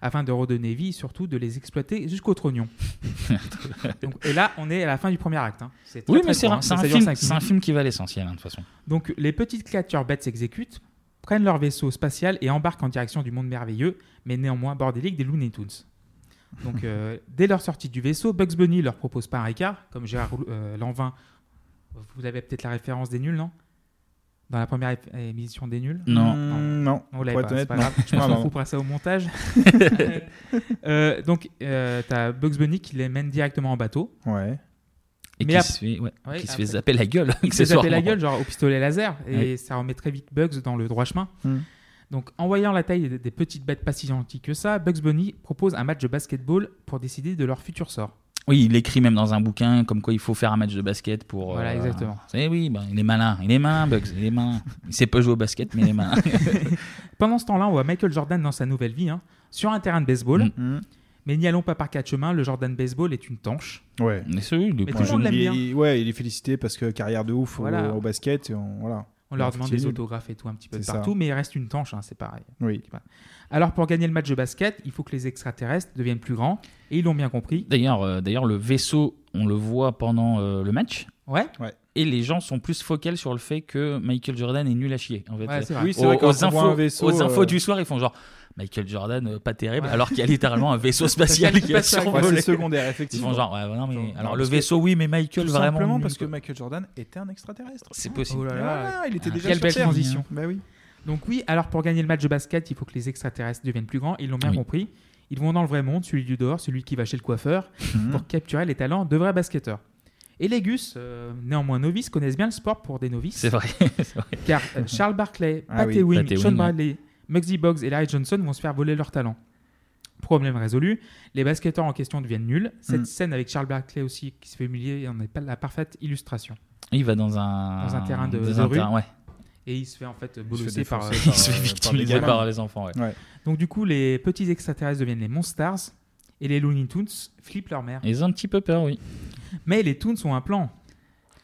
afin de redonner vie, surtout de les exploiter (laughs) jusqu'au trognon. Donc, et là, on est à la fin du premier acte. hein. C'est très, oui, très mais c'est court, un, hein. c'est Ça, un ça dure film, cinq c'est un minutes. film qui va à l'essentiel, hein, de toute façon. Donc les petites créatures bêtes s'exécutent, prennent leur vaisseau spatial et embarquent en direction du monde merveilleux, mais néanmoins bordélique des Looney Tunes. (laughs) Donc euh, dès leur sortie du vaisseau, Bugs Bunny leur propose pas un Ricard, comme Gérard Roul- euh, Lanvin. Vous avez peut-être la référence des nuls, non Dans la première ép- émission des nuls Non. Mm, Non, On l'avait pas, pour être honnête, c'est pas non. grave. Je Je crois m'en pas. coupera ça au (laughs) montage. Euh, donc, euh, t'as Bugs Bunny qui les mène directement en bateau. Ouais. Et Mais qui ap- se fait- ouais, Ouais, qui se après- fait zapper la (laughs) gueule, Il se fait zapper la accessoirement. gueule, genre au pistolet laser, et Ouais. ça remet très vite Bugs dans le droit chemin. Hmm. Donc, en voyant la taille des- des petites bêtes pas si gentilles que ça, Bugs Bunny propose un match de basketball pour décider de leur futur sort. Oui, il écrit même dans un bouquin comme quoi il faut faire un match de basket pour. Voilà, exactement. Eh oui, ben, il est malin, il est malin, Bugs, il est malin. Il sait pas jouer au basket, mais il est malin. Pendant ce temps-là, on voit Michael Jordan dans sa nouvelle vie, hein, sur un terrain de baseball. Mm. Mais n'y allons pas par quatre chemins, le Jordan Baseball est une tanche. Ouais. Mais c'est lui, Mais tout le monde l'aime bien. Il- ouais, il est félicité parce que carrière de ouf au- Voilà. au, basket. et on, voilà. On leur En fait, demande il est des nul. autographes et tout un petit peu de C'est ça. partout, mais il reste une tanche, hein, c'est pareil. Oui. Alors pour gagner le match de basket, il faut que les extraterrestres deviennent plus grands, et ils l'ont bien compris. D'ailleurs, euh, d'ailleurs, le vaisseau, on le voit pendant euh, le match. Ouais. Et les gens sont plus focales sur le fait que Michael Jordan est nul à chier. En fait, Ouais, c'est Euh, vrai. Oui, c'est aux, vrai, quand aux on voit infos, un vaisseau, aux infos euh, du soir, ils font genre Michael Jordan, euh, pas terrible, Ouais. alors qu'il y a littéralement un vaisseau spatial qui a survolé. c'est secondaire, effectivement. Ils font genre, ouais, voilà, mais- alors parce le que- vaisseau, oui, mais Michael, Tout vraiment. Simplement nul, parce que quoi. Michael Jordan était un extraterrestre. C'est possible. Oh là là, Voilà, il était déjà Quelle sur belle Terre. transition. Bah oui. Donc oui, alors pour gagner le match de basket, il faut que les extraterrestres deviennent plus grands. Ils l'ont bien Oui. compris. Ils vont dans le vrai monde, celui du dehors, celui qui va chez le coiffeur, Mhm. pour capturer les talents de vrais basketteurs. Et les Gus, euh, néanmoins novices, connaissent bien le sport pour des novices. C'est vrai, c'est vrai. Car euh, Charles Barkley, Ah Pat oui, Ewing, Pat Sean Ewing, ouais. Bradley, Muggsy Boggs et Larry Johnson vont se faire voler leurs talents. Problème résolu, les basketteurs en question deviennent nuls. Cette Mm. scène avec Charles Barkley aussi qui se fait humilier en est pas la parfaite illustration Il va dans un, dans un terrain de, dans de un rue. terrain, ouais. Et il se fait en fait se fait bolosser par, euh, (laughs) défoncer Il se par- fait par victimiser les gamins. par les enfants, ouais. Ouais. Donc du coup, les petits extraterrestres deviennent les Monstars et les Looney Tunes flippent leur mère. Ils ont un petit peu peur, oui. Mais les Toons ont un plan.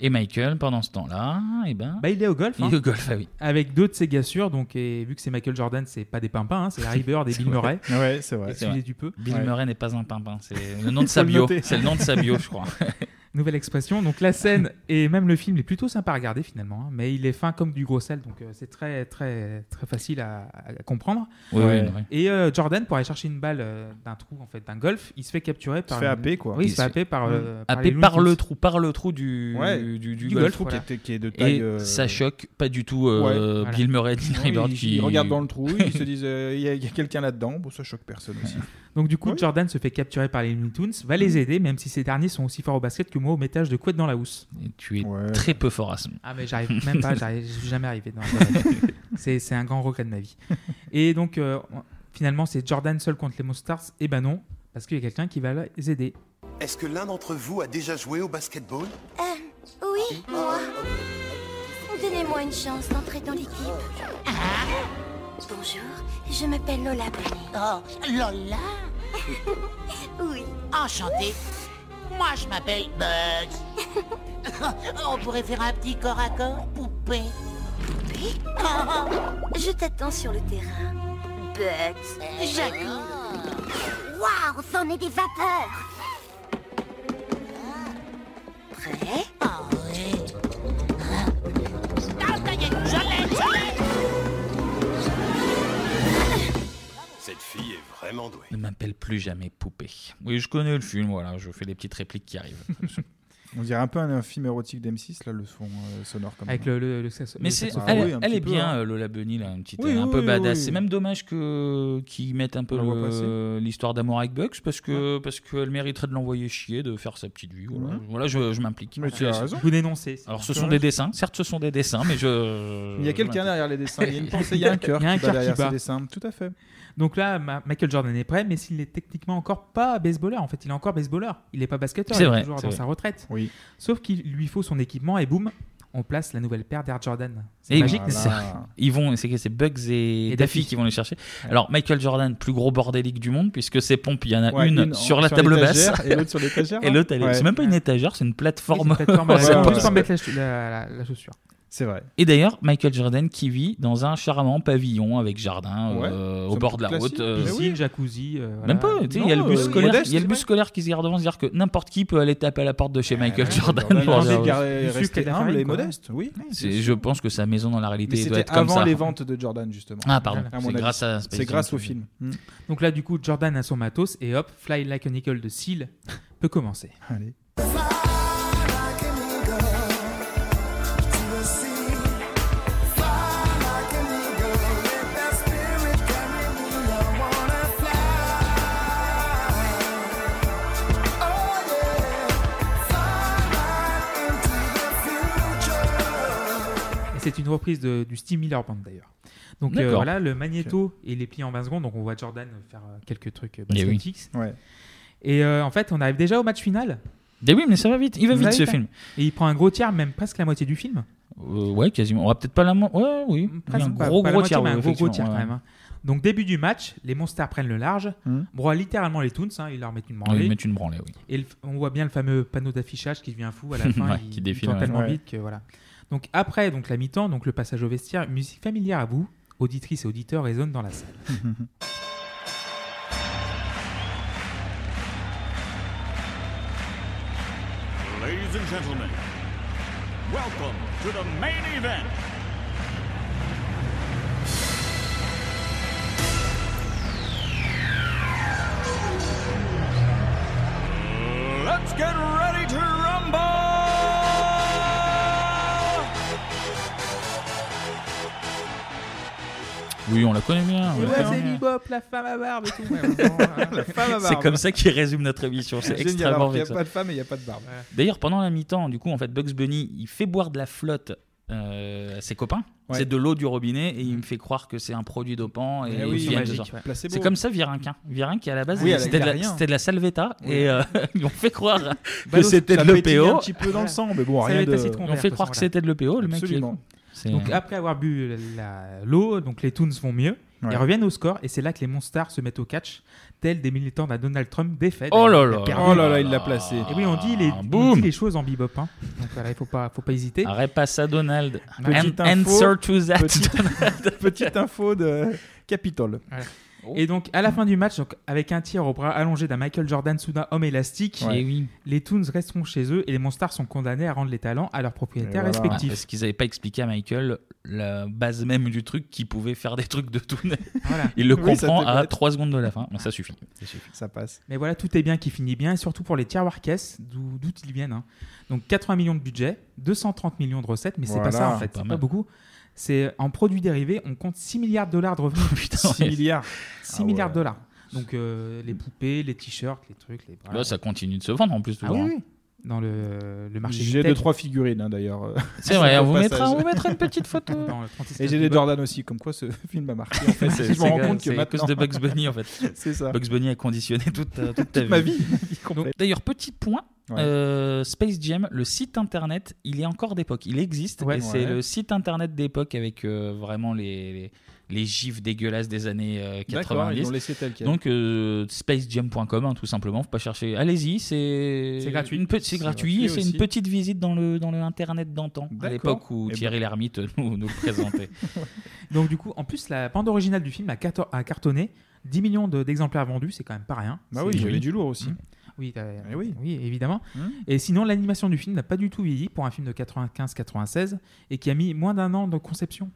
Et Michael, pendant ce temps-là, eh ben, Bah, il est au golf. Il hein. est au golf, ah oui. Avec deux de ses gars sûrs. Donc, et vu que c'est Michael Jordan, c'est pas des pimpins, hein, c'est Larry Bird et C'est Bill Murray. vrai. (laughs) Ouais, c'est vrai. C'est vrai. Excusez du peu. Bill Ouais. Murray n'est pas un pimpin, c'est le nom de sa Faut le bio. noter. C'est le nom de sa bio, je crois. Nouvelle expression. Donc, (laughs) la scène et même le film est plutôt sympa à regarder finalement. hein, mais il est fin comme du gros sel. Donc, euh, c'est très, très, très facile à, à comprendre. Oui, oui, oui. Et euh, Jordan, pour aller chercher une balle euh, d'un trou, en fait, d'un golf, il se fait capturer par. fait une- happer, quoi. Oui, il se Il fait se- happer par. euh, Mm. par Happé les Looney par le Tunes. trou, par le trou du, Ouais. du, du, Du golf, golf, qui était- qui est de Et taille, euh, ça choque pas du tout euh, Ouais. Bill Murray, ni Larry Non, Bird ils- qui ils regardent dans le trou, ils se disent euh, il y a, il y a quelqu'un là-dedans. Bon, ça choque personne aussi. Donc du Ah coup, Jordan se fait capturer par les Looney Tunes, va les aider, même si ces derniers sont aussi forts au basket que moi au métage de couette dans la housse. tu es très peu fort à ce moment. Ah mais j'arrive même pas, j'arrive- je suis jamais arrivé. dans (laughs) la- c'est c'est un grand regret de ma vie. (laughs) Et donc euh, finalement, c'est Jordan seul contre les Monstars. Et ben non, parce qu'il y a quelqu'un qui va les aider. Est-ce que l'un d'entre vous a déjà joué au basketball Oui, moi. Donnez-moi une chance d'entrer dans l'équipe. Ah. Bonjour, je m'appelle Lola Bunny. Oh, Lola (laughs) Oui. Enchantée. Moi, je m'appelle Bugs. (laughs) On pourrait faire un petit corps à corps, poupée. Je t'attends sur le terrain. Bugs, j'arrive. Ah. Waouh, c'en est des vapeurs. Prêt Cette fille est vraiment Landway. Ne m'appelle plus jamais poupée. Oui, je connais le film, voilà, je fais les petites répliques qui arrivent. On dirait un peu un, un film érotique d'M6, là, le son euh, sonore comme Avec ça. le- le- le saxo- Mais le c'est- saxophone. elle- elle est bien, euh, Lola Bunny, là, un petit Oui, un oui, peu oui, badass. oui. C'est même dommage que qu'ils mettent un peu On la voit le- passer. l'histoire d'amour avec Bugs parce que parce qu'elle mériterait de l'envoyer chier, de faire sa petite vie. Voilà, Mhm. Voilà, je, je m'implique. Mais tu as raison. Vous dénoncez. c'est Alors, un ce peu sont des vrai. dessins. Certes, ce sont des dessins, mais je. (laughs) Il y a je quelqu'un m'implique. derrière les dessins, il y a une pensée, il y a un cœur Il y a qui un bat cœur derrière qui ces bat. dessins, tout à fait. Donc là, Ma- Michael Jordan est prêt, mais s'il n'est techniquement encore pas baseballeur, en fait, il est encore baseballeur. Il n'est pas basketteur, C'est il vrai, est toujours c'est dans vrai. sa retraite. Oui. Sauf qu'il lui faut son équipement et boum, on place la nouvelle paire d'Air Jordan. C'est Et- bah, magique, n'est-ce c'est- pas Ils vont, c'est que c'est Bugs et, Et Daffy Daffy. qui vont les chercher. Alors Michael Jordan, plus gros bordélique du monde, puisque ses pompes, il y en a Ouais, une, une en- sur la sur table basse l'étagère et l'autre sur l'étagère, (laughs) Et l'autre, elle est- ouais. c'est même pas une étagère, c'est une plateforme. (laughs) Cette plateforme, elle Ouais, est ouais, juste ouais. pour mettre la, la- la- la chaussure. C'est vrai. Et d'ailleurs, Michael Jordan qui vit dans un charmant pavillon avec jardin Ouais. euh, C'est au un bord de la truc route. classique. euh, Piscine, jacuzzi, euh, Même voilà. pas, tu sais, il y a le Non, bus euh, scolaire, modeste, il y a le c'est bus vrai. scolaire qui se garde devant, c'est-à-dire que n'importe qui peut aller taper à la porte de Ah, chez Michael Jordan. pour Jordan, il a envie de avoir- garder- Du sucre et rester de la humble farine, et quoi. modeste, oui. C'est- Je pense que sa maison dans la réalité Mais doit c'était être comme avant ça. les ventes de Jordan, justement. Ah, pardon, À mon c'est avis. grâce à Space C'est grâce Jam. au film. Donc là, du coup, Jordan a son matos et hop, Fly Like an Eagle de Seal peut commencer. Allez. Et c'est une reprise de- du Steve Miller Band d'ailleurs. Donc euh, D'accord. voilà, le magnéto et les plis en 20 secondes. Donc on voit Jordan faire euh, quelques trucs euh, Eh oui. basketiques. Et euh, en fait, on arrive déjà au match final. Eh oui, mais ça va vite. Il va vite, ce hein. film. Et il prend un gros tiers, même presque la moitié du film. Euh, ouais, quasiment. On va peut-être pas la mo- Ouais, oui. Il y a un Mmh, Presque pas- gros, pas la gros moitié, tiers. mais un ouais, gros, gros effectivement, tiers, ouais. quand même. hein. Donc début du match, les Monsters prennent le large, Mhm. broient littéralement les Toons, hein, ils leur mettent une Ouais, branlée. Ah, ils mettent une branlée, oui. Et le- on voit bien le fameux panneau d'affichage qui devient fou à la (laughs) fin, Ouais, il, qui il défile, tourne ouais. tellement Ouais. vite que voilà. Donc après, donc la mi-temps, donc le passage au vestiaire, musique familière à vous, auditrices et auditeurs résonnent dans la salle. Ladies and gentlemen, welcome to the main event. Let's get ready to Oui, on la connaît bien. on la connaît bien. Bebop, la femme à barbe et (laughs) tout. hein. C'est comme ça qu'il résume notre émission. C'est Génial, extrêmement alors qu'il y a vexant. pas de femme et il y a pas de barbe. D'ailleurs, pendant la mi-temps, du coup, en fait, Bugs Bunny, il fait boire de la flotte euh, à ses copains. Ouais. C'est de l'eau du robinet et il me fait croire que c'est un produit dopant. Et Eh oui, ils viennent de magique, genre- ouais. Placebo. C'est comme ça Virinquin. Virinquin, à la base, Oui, elle a- c'était il de, a la- rien. c'était de la salveta Oui. et euh, (laughs) ils ont fait croire que Balance- c'était de ça pétille l'EPO. un petit peu dans le sang, mais bon, Ça rien avait de- été citron Ils ont vert, fait de toute croire façon, que voilà. c'était de l'EPO, le mec, il est Absolument. con. C'est- Donc après avoir bu la- l'eau, donc les Toons vont mieux. Ouais. Ils reviennent au score et c'est là que les Monstars se mettent au catch, tels des militants d'un Donald Trump défait. Oh là Il a là. perdu. Oh là là, il l'a placé. Et oui, on dit les, on Boum. Ah. dit les choses en bebop. hein. Donc voilà, il faut pas, faut pas hésiter. Arrête pas ça, Donald. Petite An- info- answer to that. (laughs) petite- Donald. Petite info de Capitole. Voilà. Et donc, à la fin du match, donc, avec un tir au bras allongé d'un Michael Jordan soudain homme élastique, Ouais. Eh oui. les Toons resteront chez eux et les Monstars sont condamnés à rendre les talents à leurs propriétaires Ouais, respectifs. parce qu'ils n'avaient pas expliqué à Michael la base même du truc qui pouvait faire des trucs de tout. Il le Oui, ça comprend t'est à bête. 3 secondes de la fin. Bon, ça suffit. Ça suffit. Ça passe. Mais voilà, tout est bien qui finit bien, et surtout pour les tiroirs caisses, d'où d'où ils viennent. hein. Donc 80 millions de budget, 230 millions de recettes, mais Voilà. c'est pas ça en fait, Pas c'est pas, mal. beaucoup. C'est en produits dérivés, on compte 6 milliards de dollars de (laughs) revenus. 6 milliards. 6 Oh, Ah ouais. milliards de dollars. Donc euh, les poupées, les t-shirts, les trucs, les bras. Là, ça continue de se vendre en plus. Ah toujours, oui, hein. oui. Dans le, le marché J'ai vintage. deux, trois figurines, hein, d'ailleurs. euh, C'est vrai, au on vous, passage. mettra, on vous mettra une petite photo. Dans le 36 (laughs) Et j'ai Club les Bebop. Jordan aussi, comme quoi ce (laughs) film m'a marqué. En fait, C'est- je me c'est rends grave, compte que c'est à maintenant. Bah, cause de Bugs Bunny en fait. C'est (laughs) ça. Bugs Bunny a conditionné toute, euh, toute ta Toute ma vie. vie, ma vie complète. Donc, D'ailleurs, petit point. Ouais. euh, Space Jam, le site internet, il est encore d'époque. Il existe Ouais. et c'est Ouais. le site internet d'époque avec euh, vraiment les, les, les gifs dégueulasses des années euh, D'accord, 90. ils l'ont laissé tel quel. Donc euh, spacejam.com hein, tout simplement, faut pas chercher. Allez-y, c'est C'est gratuit. une pe- C'est C'est gratuit gratuit et c'est aussi. une petite visite dans le dans le internet d'antan à D'accord. l'époque où Eh ben. Thierry Lhermitte euh, nous, nous le présentait. Donc du coup, en plus, la bande originale du film a, cator- a cartonné 10 millions de- d'exemplaires vendus, c'est quand même pas rien. Bah C'est- oui, il y avait du lourd aussi. Mmh. Oui, t'as- Eh oui. oui. évidemment. Mmh. Et sinon, l'animation du film n'a pas du tout vieilli pour un film de 95-96 et qui a mis moins d'un an de conception.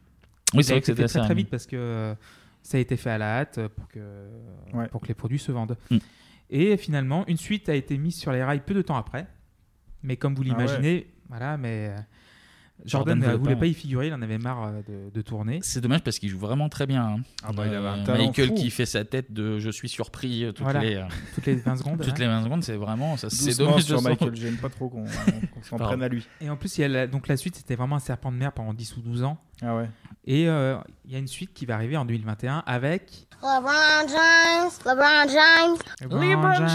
Oui, c'est Ça a vrai que été c'était fait très, assez très rapide. vite parce que euh, Ça a été fait à la hâte euh, pour que, Ouais. pour que les produits se vendent. Mmh. Et finalement, une suite a été mise sur les rails peu de temps après. Mais comme vous Ah ouais. l'imaginez, voilà, mais euh, Jordan Jordan voulait ne voulait pas, pas hein. y figurer, il en avait marre euh, de, de tourner. C'est dommage parce qu'il joue vraiment très bien. hein. Ah bah, il avait Euh, un talent Michael fou. qui fait sa tête de je suis surpris euh, toutes, Voilà. les, euh, Toutes (laughs) les 20 secondes, Toutes ouais. les 20 secondes, c'est vraiment. ça- C'est Doucement dommage sur de son- (laughs) Michael, j'aime pas trop qu'on- qu'on s'en Pardon. prenne à lui. Et en plus, il y a la, donc la suite, c'était vraiment un serpent de mer pendant 10 ou 12 ans. Ah ouais. Et euh, il y a une suite qui va arriver en 2021 avec. LeBron James, LeBron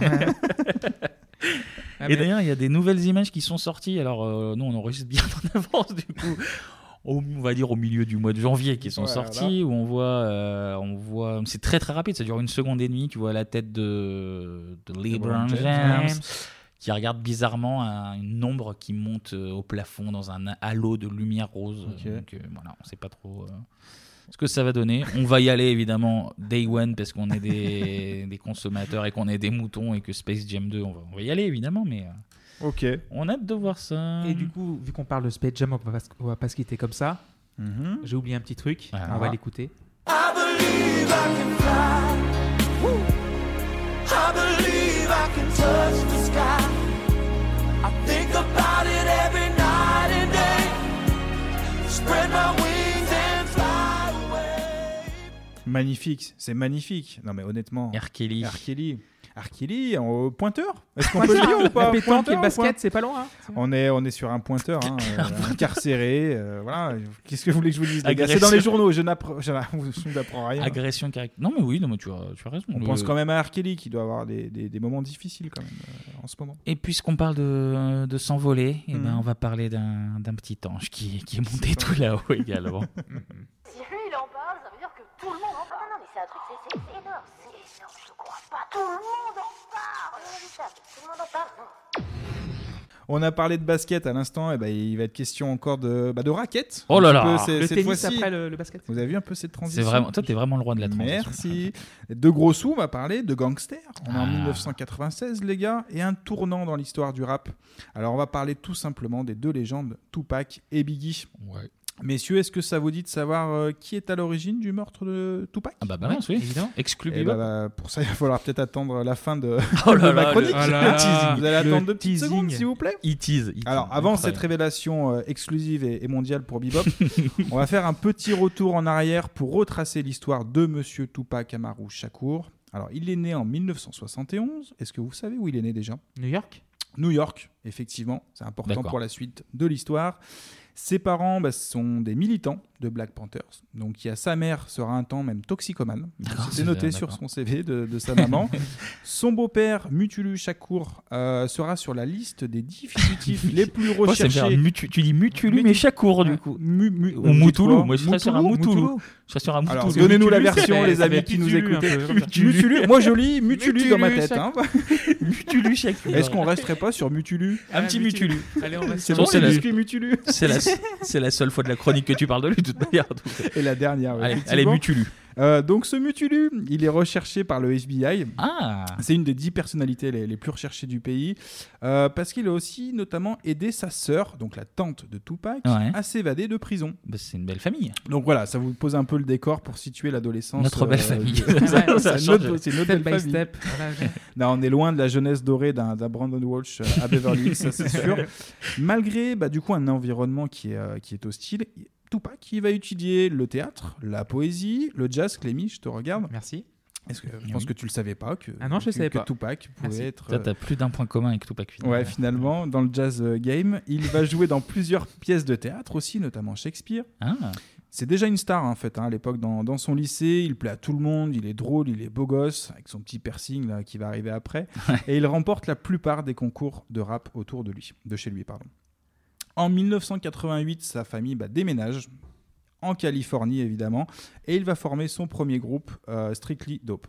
James, Ah, Et mais- d'ailleurs, il y a des nouvelles images qui sont sorties. Alors, euh, nous, on enregistre bien en avance, du coup. Au- on va dire au milieu du mois de janvier qui sont Voilà. sorties, où on voit, euh, on voit, c'est très très rapide, ça dure une seconde et demie. Tu vois la tête de, de LeBron LeBron James, James. qui regarde bizarrement un- une ombre qui monte euh, au plafond dans un halo de lumière rose. Donc euh, voilà, on sait pas trop. euh, ce que ça va donner. On va y aller évidemment day one parce qu'on est des, des consommateurs et qu'on est des moutons et que Space Jam 2, on va, on va y aller évidemment, mais euh, Ok. on a hâte de voir ça. Et du coup, vu qu'on parle de Space Jam, on va pas, se- on va pas se quitter comme ça. Mm-hmm. J'ai oublié un petit truc, on va Ah. l'écouter. I believe I can fly. Woo. I believe I can touch the sky. I think about it every night and day. Spread my wings and fly away. Magnifique, c'est magnifique. Non mais honnêtement. Arkeli. Arkeli. Arkeli, en pointeur. Est-ce qu'on Ah. peut le Pointeur. dire ou pas La pétanque Pointeur et ou le basket, c'est pas loin, hein. On est, on est sur un pointeur, (laughs) hein, euh, incarcéré. euh, voilà. Qu'est-ce que vous voulez que je vous dise les gars C'est dans les Agression. journaux. Je n'appre- je n'appre- (laughs) je n'apprends rien. Agression caractère. Non, mais oui, non, mais tu, as, tu as raison. On Le- pense quand même à Arkeli qui doit avoir des, des- des moments difficiles quand même euh, en ce moment. Et puisqu'on parle de, de s'envoler, eh ben, Mhm. on va parler d'un d'un petit ange qui, qui est monté tout là-haut également. Si lui il en parle, ça veut dire que tout le monde en parle. Non, mais c'est un truc, c'est énorme. C'est énorme, je crois pas. Tout le monde en parle. Tout le monde en parle. On a parlé de basket à l'instant, et ben il va être question encore de, bah, de raquettes. Oh là Un là. peu, c'est- Le cette tennis fois-ci. après le- le basket. Vous avez vu un peu cette transition C'est vraiment, toi, t'es vraiment le roi de la transition. Merci. De gros sous, on va parler de gangsters. On est en Ah. 1996, les gars, et un tournant dans l'histoire du rap. Alors, on va parler tout simplement des deux légendes, Tupac et Biggie. Ouais. Messieurs, est-ce que ça vous dit de savoir euh, qui est à l'origine du meurtre de Tupac Ah bah balance, oui. Évidemment. Exclu Eh Bebop. bah, bah, Pour ça, il va falloir peut-être attendre la fin de, (laughs) Oh là (laughs) de ma là, chronique. le- oh là là. Vous allez attendre Le deux petites teasing. secondes, s'il vous plaît. Il tease, il Alors, tease. avant Incroyable. cette révélation euh, exclusive et, et mondiale pour (laughs) Bebop, on va faire un petit retour en arrière pour retracer l'histoire de Monsieur Tupac Amaru Shakur. Alors, il est né en 1971. Est-ce que vous savez où il est né déjà New York New York, effectivement. C'est important D'accord. pour la suite de l'histoire. Ses parents bah, sont des militants de Black Panthers. Donc, il y a sa mère sera un temps même toxicomane. (laughs) D'accord, C'était c'est- noté sur d'accord. son CV de, de (laughs) sa maman. son beau-père, Mutulu Shakur, euh, sera sur la liste des 10 fugitifs les plus (laughs) Moi, ça me fait un recherchés. mutu- tu dis Mutulu, mais Chakour, du coup. Ou euh, Moutoulou. dites-moi. Moi, je serais sur un Moutoulou, Moutoulou. Moutoulou. Je serais sur un Moutoulou. Alors, donnez-nous la Mutulu, ça (laughs) version, fait- les ça fait amis qui nous Pitulu, un écoutez. peu, comme ça. Mutulu, moi je lis Mutulu dans ma Mutulu, tête. hein. (laughs) Mutulu Shakur. Est-ce qu'on resterait pas sur Mutulu Un Ah, petit Mutulu. (laughs) C'est Ah, Bon, bon, c'est la- Mutulu. C'est la, c'est la seule fois de la chronique que tu parles de lui, de toute manière. Donc, (laughs) Et la dernière. ouais, Allez, allez, effectivement. Mutulu. Euh, donc ce Mutulu, il est recherché par le FBI. Ah. C'est une des dix personnalités les, les plus recherchées du pays euh, parce qu'il a aussi notamment aidé sa sœur, donc la tante de Tupac, Ouais. à s'évader de prison. Bah, c'est une belle famille. Donc voilà, ça vous pose un peu le décor pour situer l'adolescence. euh, Notre belle famille. (laughs) de- Ça change. (laughs) c'est notre, c'est notre Step belle by famille. step. Voilà. Non, on est loin de la jeunesse dorée d'un d'un Brandon Walsh euh, à Beverly Hills, (laughs) ça c'est sûr. Malgré bah, du coup un environnement qui est, euh, qui est hostile, Tupac il va étudier le théâtre, la poésie, le jazz. Clémy, je te regarde. Merci. Est-ce que, je pense que tu le savais pas que, Ah non, je que, le savais que pas. Tupac pouvait Merci. être. euh, Toi, t'as plus d'un point commun avec Tupac. finalement. Ouais, finalement, dans le jazz euh, game, il va jouer dans plusieurs pièces de théâtre aussi, notamment Shakespeare. Ah. C'est déjà une star en fait, hein, à l'époque dans, dans son lycée, il plaît à tout le monde, il est drôle, il est beau gosse, avec son petit piercing là, qui va arriver après, et il remporte la plupart des concours de rap autour de lui, de chez lui pardon. En 1988, sa famille bah, déménage en Californie évidemment, et il va former son premier groupe, euh, Strictly Dope.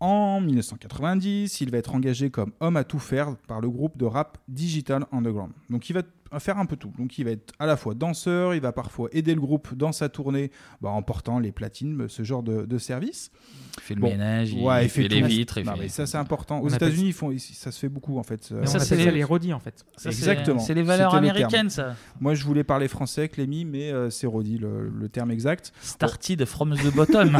En 1990, il va être engagé comme homme à tout faire par le groupe de rap Digital Underground. Donc il va faire un peu tout. Donc il va être à la fois danseur, il va parfois aider le groupe dans sa tournée bah, en portant les platines, ce genre de, de service. Il fait le ménage, il- il fait les vitres, il Non, fait- mais ça c'est important. Aux On appelle- États-Unis, ils font- ils- ça se fait beaucoup en fait. Mais ça, on c'est appelle les rodis, en fait. Ça, c'est- Exactement. c'est les valeurs C'était le terme. américaines, ça. Moi je voulais parler français avec Lémi, mais euh, c'est Roddy le, le terme exact. Started from the (laughs) bottom,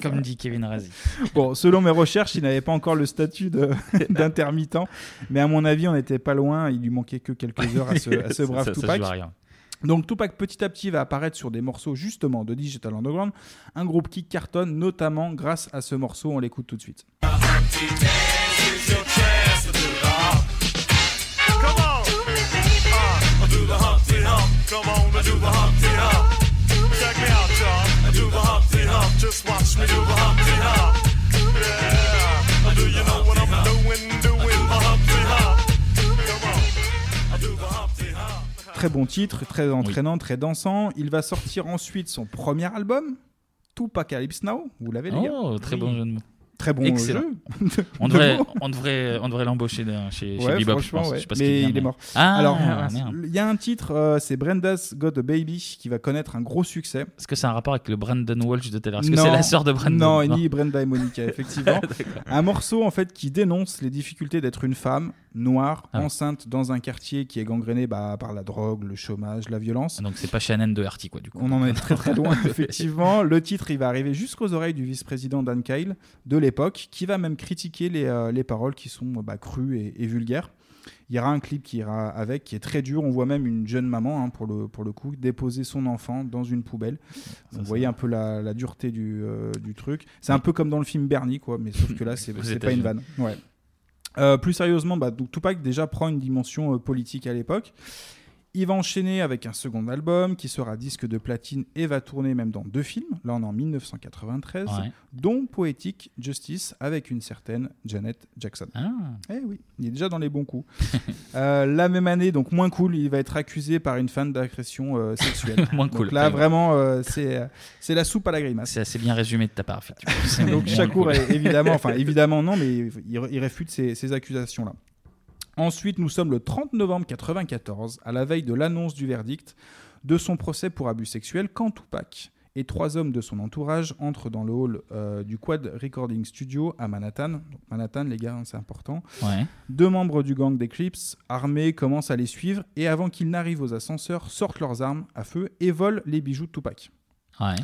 comme dit Kevin Razi. Bon, selon mes recherches, il n'avait pas encore le statut de- (laughs) d'intermittent, mais à mon avis, on n'était pas loin. Il lui manquait que quelques heures à ce, à (laughs) ce Ça- Euh, brave ça se Tupac. joue à rien. Donc Tupac petit à petit va apparaître sur des morceaux justement de Digital Underground, un groupe qui cartonne notamment grâce à ce morceau, on l'écoute tout de suite. Come on. Uh, I do the Humpty Hump. Come on, I do the Humpty Hump. Check me out, y'all. I do the Humpty Hump. Just watch me do the Humpty Hump. Yeah. Do you know what I'm doing? Doing the Humpty Hump. Come on. I do the Humpty Hump. Très bon titre, très entraînant, très dansant. Il va sortir ensuite son premier album, Tupacalypse Now. Vous l'avez les Oh, gars très bon jeu de mots. Très bon Excellent. jeu. On De (laughs) devrait, mots. on devrait, on devrait l'embaucher dans- chez, chez Ouais, Bebop, je franchement, pense. ouais. Je sais pas ce qu'il mais devient, il est mort. Ah, Alors, merde. il y a un titre, euh, c'est Brenda's Got a Baby, qui va connaître un gros succès. Est-ce que c'est un rapport avec le Brandon Walsh de tout à l'heure Est-ce que c'est la sœur de Brandon (laughs) Non, ni Brenda et Monica, effectivement. D'accord. un morceau en fait qui dénonce les difficultés d'être une femme noire, Ah. enceinte dans un quartier qui est gangréné bah, par la drogue, le chômage, la violence. Ah, Donc c'est pas Shannon de Harty, quoi, du coup. On en est très (laughs) très loin, effectivement. Le titre, il va arriver jusqu'aux oreilles du vice-président Dan Kyle de l'époque, qui va même critiquer les, euh, les paroles qui sont euh, bah, crues et, et vulgaires. Il y aura un clip qui ira avec, qui est très dur. On voit même une jeune maman, hein, pour, le, pour le coup, déposer son enfant dans une poubelle. Vous voyez un peu la, la dureté du, euh, du truc. C'est un peu comme dans le film Bernie, quoi, mais sauf que là, c'est (laughs) Aux c'est pas une États-Unis. vanne. Ouais. Euh, plus sérieusement, bah, donc, Tupac déjà prend une dimension euh, politique à l'époque. Il va enchaîner avec un second album qui sera disque de platine et va tourner même dans deux films, là on est en 1993, Ouais. dont Poetic Justice avec une certaine Janet Jackson. Ah, Eh oui, il est déjà dans les (laughs) bons coups. Euh, la même année, donc moins cool, il va être accusé par une fan d'agression euh, sexuelle. Moins (laughs) Donc cool, là très bien. vraiment, euh, c'est euh, c'est la soupe à la grimace. C'est assez bien résumé de ta part, (laughs) effectivement. C'est (laughs) Donc moins Chakour, cool. est- évidemment, enfin évidemment non, mais il, il réfute ces, ces accusations-là. Ensuite, nous sommes le 30 novembre 94, à la veille de l'annonce du verdict de son procès pour abus sexuels, quand Tupac et trois hommes de son entourage entrent dans le hall euh, du Quad Recording Studio à Manhattan. Donc Manhattan, les gars, hein, c'est important. Ouais. Deux membres du gang d'Eclipse, armés, commencent à les suivre et avant qu'ils n'arrivent aux ascenseurs, sortent leurs armes à feu et volent les bijoux de Tupac. Ouais.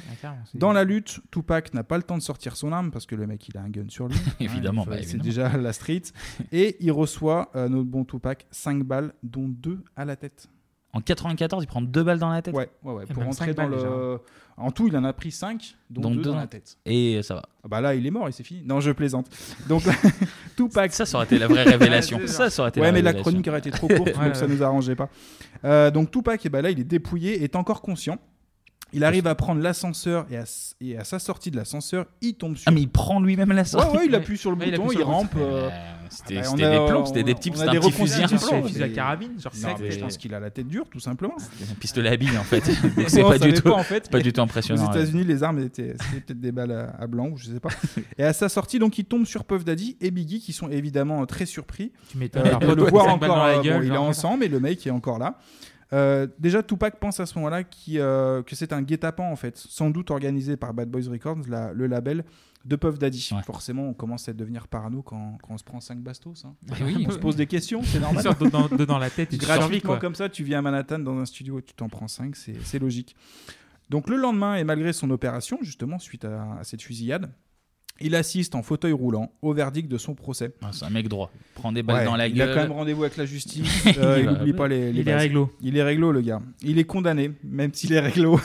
Dans la lutte, Tupac n'a pas le temps de sortir son arme parce que le mec il a un gun sur lui. Évidemment, il faut- bah, c'est évidemment. déjà (laughs) la street. Et il reçoit, euh, notre bon Tupac, 5 balles, dont 2 à la tête. En 94, il prend deux balles dans la tête. Ouais, ouais, ouais, ben, pour entrer dans le. En tout, il en a pris 5, dont, 2 dans la tête. Et ça va. Ah bah là, il est mort et c'est fini. Non, (laughs) je plaisante. Donc, Tupac. Ça, ça aurait été la vraie révélation. (laughs) Ouais, c'est Ça, ça aurait été Ouais, la mais la révélation. chronique aurait été trop courte, (laughs) Ouais, donc ça ouais. nous arrangeait pas. Euh, donc, Tupac, et bah là, il est dépouillé, est encore conscient. Il arrive à prendre l'ascenseur et à, s- et à sa sortie de l'ascenseur, il tombe sur. Ah, mais il prend lui-même l'ascenseur. Ouais, ouais, il appuie sur le Ouais, il bouton, appuie il, sur le rampe. bouton. euh, Ouais, c'était- ah bah, on c'était a- des plombs, c'était des on- petits- on a c'était un des petit fusil à reconstitutions, plomb, mais- fusil à carabine, genre, Non, mais c'était- je pense qu'il a la tête dure, tout (laughs) simplement. Un pistolet à billes, en (laughs) fait. Non, C'est on pas, du savait tout- en fait, (laughs) c'est pas mais du tout impressionnant. Aux ouais. États-Unis, les armes étaient, c'était peut-être des balles à, à blanc ou je (laughs) sais pas. Et à sa sortie, donc, il tombe sur Puff Daddy et Biggie qui sont évidemment euh, très surpris Tu m'étonnes. euh, Alors, de le Puff voir Daddy, cinq balles encore. dans la euh, bon, gueule, il est genre, ensemble et le mec est encore là. Euh, déjà, Tupac pense à ce moment-là qu'il, euh, que c'est un guet-apens en fait, sans doute organisé par Bad Boys Records, la- le label de Puff Daddy. Forcément, on commence à devenir parano quand, quand on se prend 5 bastos. hein. Ah oui, on se pose des questions, (laughs) c'est normal. Sort dedans- dedans la tête et tu survis, Gratuitement quoi. comme ça, tu viens à Manhattan dans un studio et tu t'en prends 5, c'est c'est logique. Donc le lendemain, et malgré son opération, justement, suite à, à cette fusillade, il assiste en fauteuil roulant au verdict de son procès. Ah, c'est un mec droit. Prend des balles Ouais, dans la il gueule. a quand même rendez-vous avec (laughs) la justice. Euh, il va- n'oublie pas les, Il les est bases. réglo. Il est réglo, le gars. Il est condamné, même s'il est réglo.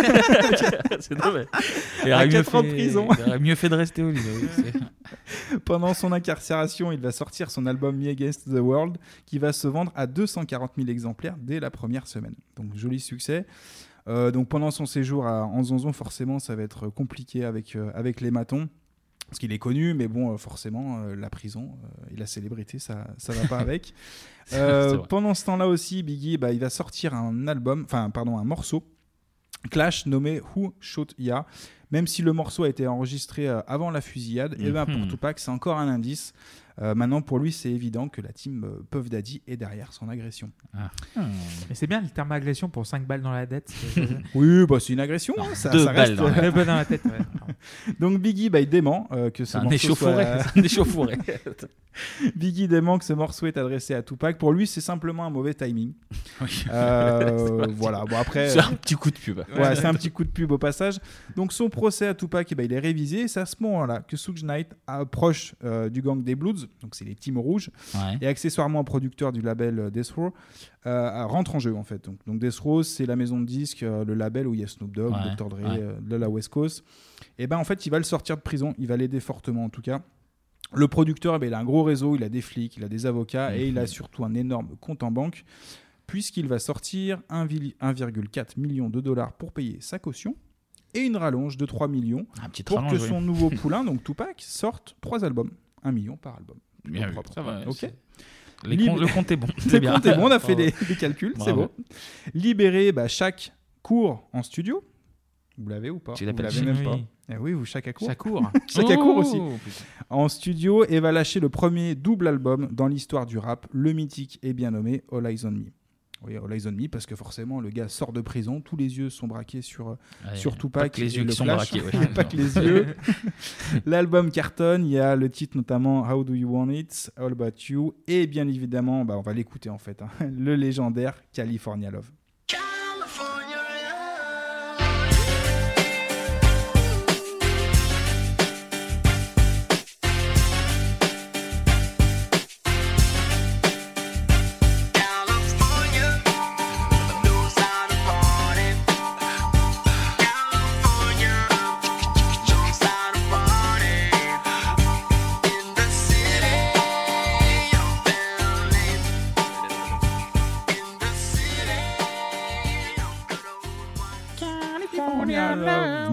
(laughs) C'est (laughs) dommage. Il À aurait mieux 4 ans de fait- prison. il aurait mieux fait de rester au lit. (laughs) oui, c'est- Pendant son incarcération, il va sortir son album Me Against the World, qui va se vendre à 240 000 exemplaires dès la première semaine. Donc, joli succès. Euh, donc, pendant son séjour à, en Zonzon, forcément, ça va être compliqué avec, euh, avec les matons. Parce qu'il est connu, mais bon, euh, forcément, euh, la prison euh, et la célébrité, ça ça va (laughs) pas avec. C'est Euh, vrai. pendant ce temps-là aussi, Biggie, bah, il va sortir un album, enfin, pardon, un morceau Clash nommé Who Shot Ya. Même si le morceau a été enregistré euh, avant la fusillade, et ben pour Mhm. Tupac, c'est encore un indice. Euh, maintenant, pour lui, c'est évident que la team euh, Puff Daddy est derrière son agression. Mais c'est bien le terme agression pour 5 balles dans la dette. Oui, bah, c'est une agression. hein, ça, deux ça balles reste- dans la- Deux balles dans la tête, ouais. Donc Biggie, bah, il dément euh, que C'est ce un morceau échauffouré, soit- (laughs) euh, c'est un échauffouré. (laughs) Biggie dément que ce morceau est adressé à Tupac. Pour lui, c'est simplement un mauvais timing. (laughs) Euh, C'est vrai. voilà. Bon, après, C'est un euh, petit coup de pub. Ouais, c'est un petit coup de pub au passage. Donc son procès à Tupac, eh ben, il est révisé. Et c'est à ce moment-là que Suge Knight approche euh, du gang des Bloods, donc c'est les teams rouges, Ouais. et accessoirement un producteur du label euh, Death Row, euh, rentre en jeu en fait. Donc, donc Death Row, c'est la maison de disques, euh, le label où il y a Snoop Dogg, Ouais, Dr. Dre, ouais. euh, de la West Coast. Et ben en fait, il va le sortir de prison. Il va l'aider fortement en tout cas. Le producteur, eh ben, il a un gros réseau, il a des flics, il a des avocats et il a surtout un énorme compte en banque, puisqu'il va sortir 1,4 million de dollars pour payer sa caution et une rallonge de 3 millions pour rallonge, que oui. (laughs) son nouveau poulain, donc Tupac, sorte 3 albums, 1 million par album. Bien Plutôt vu, propre. ça va, Ok. c'est- Les Lib- comptes- le compte est bon, c'est (laughs) le bien. compte est bon, on a fait Bravo. des, des calculs, c'est Bravo. bon. Libéré, bah, chaque cours en studio. Vous l'avez ou pas Tu Vous l'appelles l'avez même Jimmy. pas. Eh oui, vous chaque à court. Chaque cours. chaque à court aussi. Oh, En studio et va lâcher le premier double album dans l'histoire du rap, le mythique et bien nommé All Eyes on Me. Oui, All Eyes on Me, parce que forcément, le gars sort de prison, tous les yeux sont braqués sur, euh, sur pas Tupac. que les et yeux le qui sont Flash. braqués, ouais. (laughs) pas que Non. (laughs) les yeux. L'album cartonne, il y a le titre notamment How Do You Want It, All About You, et bien évidemment, bah, on va l'écouter en fait, hein, (laughs) le légendaire California Love.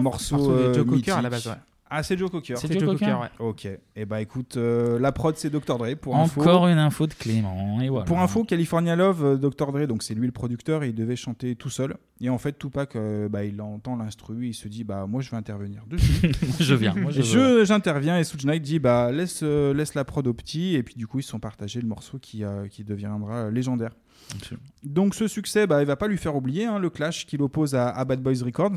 Morceau, Morceau de euh, Joe Cocker mythique. à la base, ouais. Ah, c'est Joe Cocker. C'est C'est Joe Joe Cocker, Cocker, Ok. Et bah écoute, euh, la prod c'est Dr. Dre pour info. Encore une info de Clément. Et voilà. Pour info, California Love, euh, Dr. Dre, donc c'est lui le producteur, et il devait chanter tout seul. Et en fait, Tupac, euh, bah, il entend l'instru, il se dit, bah moi je vais intervenir dessus. (laughs) Je viens, (laughs) moi, je Et veux. je- J'interviens et Suge Knight dit, bah laisse, euh, laisse la prod au petit. Et puis du coup, ils se sont partagés le morceau qui, euh, qui deviendra euh, légendaire. Donc ce succès, bah, il va pas lui faire oublier hein, le clash qu'il oppose à, à Bad Boys Records.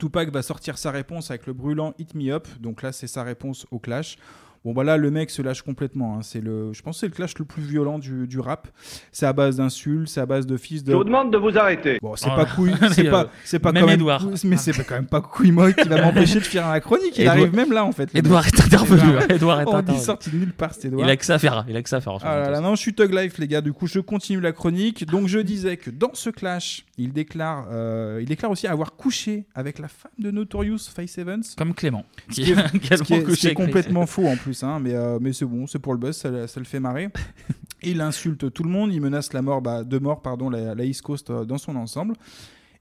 Tupac va sortir sa réponse avec le brûlant Hit Me Up. Donc là, c'est sa réponse au clash. Bon, bah là, le mec se lâche complètement. hein. C'est le, je pense que c'est le clash le plus violent du, du rap. C'est à base d'insultes, c'est à base de fils de. de vous arrêter. Bon, c'est pas (laughs) couille, c'est pas, c'est pas Ah. euh, Même quand même, Edouard. mais c'est pas quand même pas couille moi qui va m'empêcher de faire la chronique. Il Edouard- arrive même là en fait. le Edouard mec. est intervenu, Edouard- (laughs) ouais, Edouard est Oh, Il intervenu. est sorti de nulle part, cet Edouard. Il a que ça à faire. Il a que ça à faire. en ce Ah moment. là là, non, je suis Thug Life, les gars. Du coup, je continue la chronique. Donc, je disais que dans ce clash, il déclare, euh, il déclare aussi avoir couché avec la femme de Notorious Face Evans. Comme (laughs) Clément. Ce qui est, ce qui est- Également couché ce qui est avec les- complètement faux en plus, hein, mais, euh, mais c'est bon, c'est pour le buzz, ça, le- ça le fait marrer. il insulte tout le monde, il menace la mort, bah, de mort pardon, la, la East Coast euh, dans son ensemble.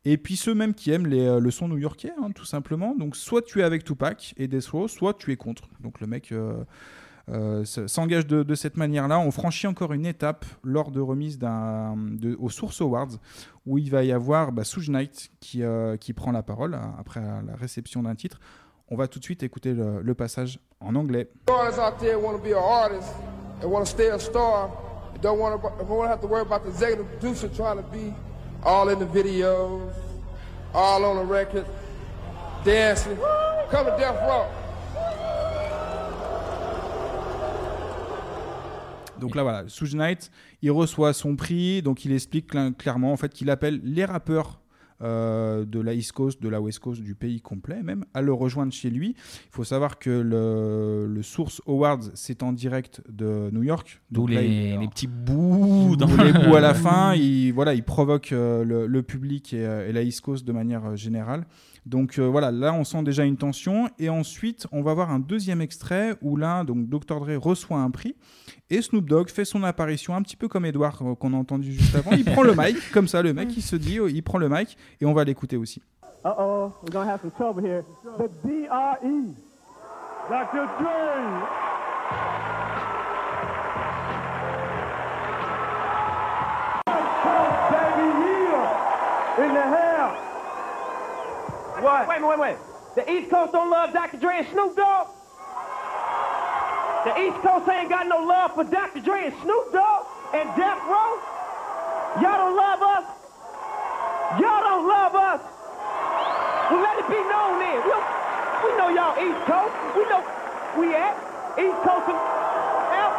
Et puis ceux mêmes qui aiment les, euh, le son new-yorkais, hein, tout simplement. Donc soit tu es avec Tupac et Death Row, soit tu es contre. Donc le mec euh, euh, s- s'engage de, de cette manière-là. On franchit encore une étape lors de remise d'un- de- aux Source Awards, où il va y avoir bah, Suge Knight qui, euh, qui prend la parole euh, après la réception d'un titre. On va tout de suite écouter le- le passage en anglais. Artists out there want to be an artist and want to stay a star. And don't want to want to have to worry about the executive producer trying to be all in the videos, all on the record, dancing. Come to Death Row. Donc là, voilà, Suge Knight, il reçoit son prix, donc il explique cl- clairement en fait qu'il appelle les rappeurs euh, de la East Coast, de la West Coast, du pays complet même, à le rejoindre chez lui. Il faut savoir que le, le Source Awards, c'est en direct de New York. D'où Donc là, il- les, les petits bouts. dans- les bouts (laughs) à la fin, il, voilà, il provoque euh, le, le public et, euh, et la East Coast de manière euh, générale. Donc euh, voilà, là on sent déjà une tension. Et ensuite, on va voir un deuxième extrait où là, donc Dr. Dre reçoit un prix et Snoop Dogg fait son apparition, un petit peu comme Edouard euh, qu'on a entendu juste avant. Il prend le (laughs) mic, comme ça, le mec il se dit, oh, il prend le mic et on va l'écouter aussi. Uh oh, we're gonna have some trouble here. The DRE. Dr. Dre. Baby Neal in the house. What? Wait, wait, wait. The East Coast don't love Dr. Dre and Snoop Dogg. The East Coast ain't got no love for Dr. Dre and Snoop Dogg and Death Row. Y'all don't love us. Y'all don't love us. Well, let it be known then. We, we know y'all East Coast. We know we at East Coast. And,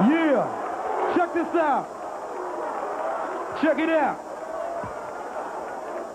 Yeah. Check this out. Check it out.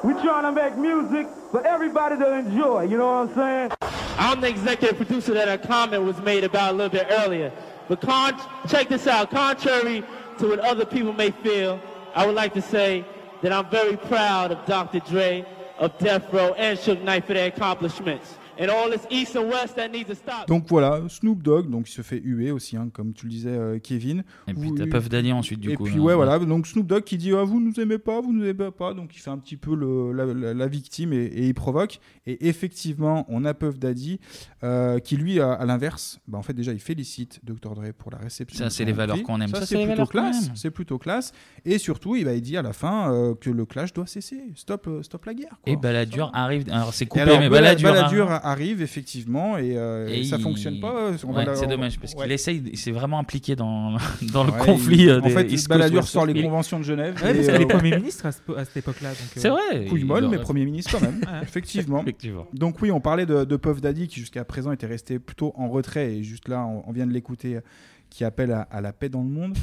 We're trying to make music for everybody to enjoy, you know what I'm saying? I'm the executive producer that a comment was made about a little bit earlier. But con- check this out. Contrary to what other people may feel, I would like to say that I'm very proud of Dr. Dre, of Death Row, and Suge Knight for their accomplishments. And all this East and West that needs to stop. Donc voilà, Snoop Dogg, donc il se fait huer aussi, hein, comme tu le disais, euh, Kevin. Et puis Où- t'as Puff Daddy ensuite, du et coup, hein, euh, puis non ouais, voilà, donc Snoop Dogg qui dit ah, vous nous aimez pas, vous nous aimez pas, donc il fait un petit peu le- la, la- la victime et, et il provoque. Et effectivement, on a Puff Daddy euh, qui lui, à, à l'inverse, bah, en fait déjà il félicite Dr Dre pour la réception. Ça, de c'est son les valeurs prix. qu'on aime. Ça, Ça, c'est c'est les plutôt valeurs qu'on classe. aime. C'est plutôt classe. Et surtout, il, va il dit à la fin euh, que le clash doit cesser, stop, euh, stop la guerre. Et Balladur arrive. Alors c'est Et coupé, alors, Eh ben, mais Bala- Balladur. Balladur arrive effectivement et, euh, et ça il- fonctionne pas. euh, on va hein. Ouais, la- c'est on- dommage parce ouais. qu'il essaye, il s'est vraiment impliqué dans, dans le Ouais, conflit. il- euh, en des fait, East Coast, Balladur West sort Coast. les conventions de Genève. Ouais, et, parce qu'elle est euh, première ministre à, ce- à cette épolle-là. donc, euh, C'est vrai. Couille molle, il mais aurait- Premier ministre quand (laughs) même. effectivement. Donc oui, on parlait de, de Puff Daddy qui jusqu'à présent était resté plutôt en retrait et juste là, on, on vient de l'écouter euh, qui appelle à, à la paix dans (laughs) le monde.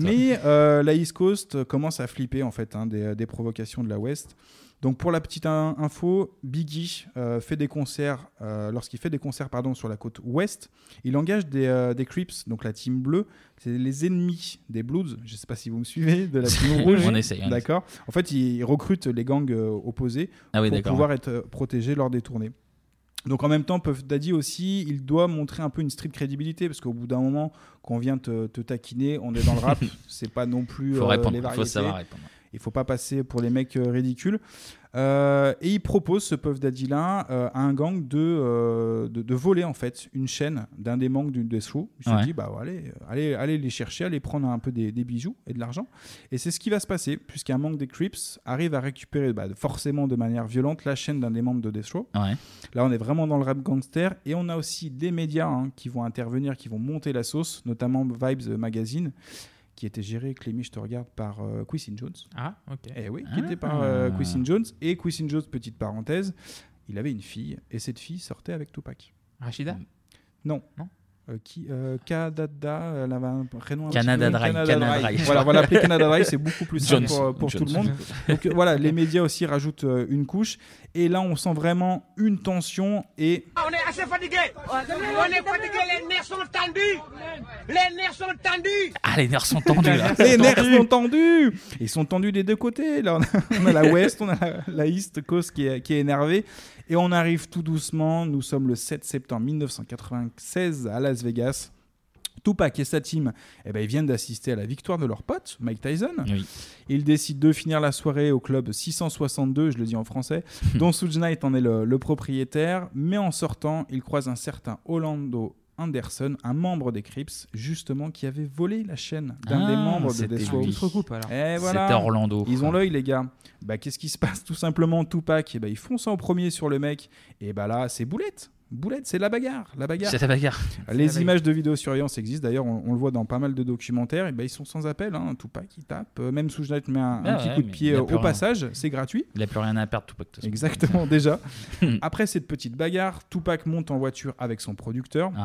mais euh, la East Coast commence à flipper en fait hein, des, des provocations de la West. Donc pour la petite in- info, Biggie euh, fait des concerts euh, lorsqu'il fait des concerts pardon sur la côte ouest, il engage des, euh, des Crips, donc la team bleue, c'est les ennemis des Blues. Je sais pas si vous me suivez de (laughs) la team rouge. On essaye, on essaye. D'accord. En fait, ils recrutent les gangs euh, opposés Ah oui, pour d'accord. pouvoir être euh, protégés lors des tournées. Donc en même temps, Puff Daddy aussi, il doit montrer un peu une street crédibilité parce qu'au bout d'un moment, quand on vient te, te taquiner, on est dans le rap, (laughs) c'est pas non plus Faut euh, répondre, les faut variétés. savoir répondre. Il faut pas passer pour les mecs euh, ridicules. Euh, et il propose ce Puff Daddy là euh, à un gang de, euh, de, de voler en fait une chaîne d'un des membres d'une des shows. Il se Ouais. dit bah ouais, allez, euh, allez, allez les chercher, allez prendre un peu des, des bijoux et de l'argent. Et c'est ce qui va se passer puisqu'un manque des Crips arrive à récupérer bah, forcément de manière violente la chaîne d'un des membres de Death Row. Ouais. Là, on est vraiment dans le rap gangster et on a aussi des médias hein, qui vont intervenir, qui vont monter la sauce, notamment Vibes Magazine, qui était géré, Clémy, je te regarde, par euh, Quincy Jones. Ah, ok. Eh oui, qui était par euh, Ah. Quincy Jones. Et Quincy Jones, petite parenthèse, il avait une fille et cette fille sortait avec Tupac. Rachida Non. Euh, qui euh, Canada, elle avait un prénom. un petit Canada peu- Dry, Canada Canada Dry. Dry. Voilà, voilà, appeler Canada Dry, c'est beaucoup plus simple Jones. pour, pour Jones. tout le monde. Donc euh, voilà, les médias aussi rajoutent euh, une couche. Et là, on sent vraiment une tension et On est assez fatigué. On est fatigué, les nerfs sont tendus. Les nerfs sont tendus. Ah, les nerfs sont tendus. (laughs) là. (laughs) Les nerfs sont tendus Ils sont tendus des deux côtés. Là, on a, (laughs) on a la West, on a la, la East Coast qui est, qui est énervée. Et on arrive tout doucement. Nous sommes le 7 septembre 1996 à Las Vegas. Tupac et sa team, eh ben, ils viennent d'assister à la victoire de leur pote, Mike Tyson. Ils décident de finir la soirée au club 662, je le dis en (laughs) français, dont Suge Knight en est le, le propriétaire. Mais en sortant, ils croisent un certain Orlando Anderson, un membre des Crips, justement, qui avait volé la chaîne d'un Ah, des membres de c'était Death lui. Row. Tout se recoupe, alors. Eh, voilà. C'était Orlando, Ils quoi. ont l'œil, les gars. Bah, Qu'est-ce qui se passe Tout simplement, Tupac, eh ben, ils foncent en premier sur le mec. Et bah là, c'est boulette. Boulette, c'est la bagarre. La bagarre. C'est la bagarre. C'est la Les bagarre. images de vidéosurveillance existent. D'ailleurs, on, on le voit dans pas mal de documentaires. Et ben, ils sont sans appel. Hein. Tupac, il tape. Euh, Même Suge Knight met un, un Ah petit ouais, coup de mais pied il a euh, plus au rien. passage. C'est gratuit. Il a plus rien à perdre, Tupac. de toute façon. (laughs) Exactement, déjà. Après cette petite bagarre, Tupac monte en voiture avec son producteur. (laughs)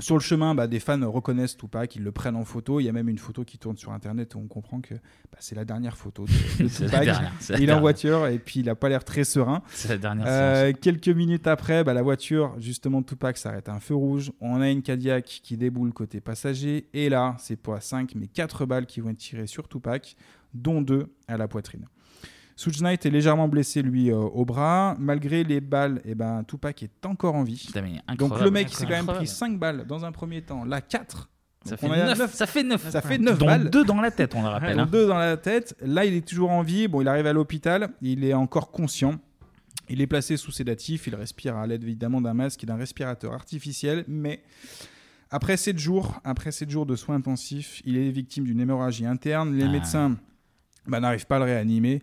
Sur le chemin, bah, des fans reconnaissent Tupac, ils le prennent en photo. Il y a même une photo qui tourne sur Internet où on comprend que bah, c'est la (laughs) dernière photo de, de C'est la Tupac. dernière, c'est la il est en dernière. voiture et puis il n'a pas l'air très serein. C'est la dernière Euh, quelques minutes après, bah, la voiture, justement, de Tupac s'arrête à un feu rouge. On a une Cadillac qui déboule côté passager. Et là, c'est pas 5, mais 4 balles qui vont être tirées sur Tupac, dont 2 à la poitrine. Suge Knight est légèrement blessé, lui, euh, au bras. Malgré les balles, et ben, Tupac est encore en vie. Donc incroyable. le mec, il s'est quand même Incroyable. pris 5 balles dans un premier temps. Là, 4. Ça fait neuf, ça fait neuf. Ça fait 9 Dont balles. deux dans la tête, on le rappelle, Dont hein. deux dans la tête. Là, il est toujours en vie. Bon, il arrive à l'hôpital. Il est encore conscient. Il est placé sous sédatif. Il respire à l'aide évidemment d'un masque et d'un respirateur artificiel. Mais après 7 jours, après sept jours de soins intensifs, il est victime d'une hémorragie interne. Les Ah. médecins bah, n'arrive pas à le réanimer.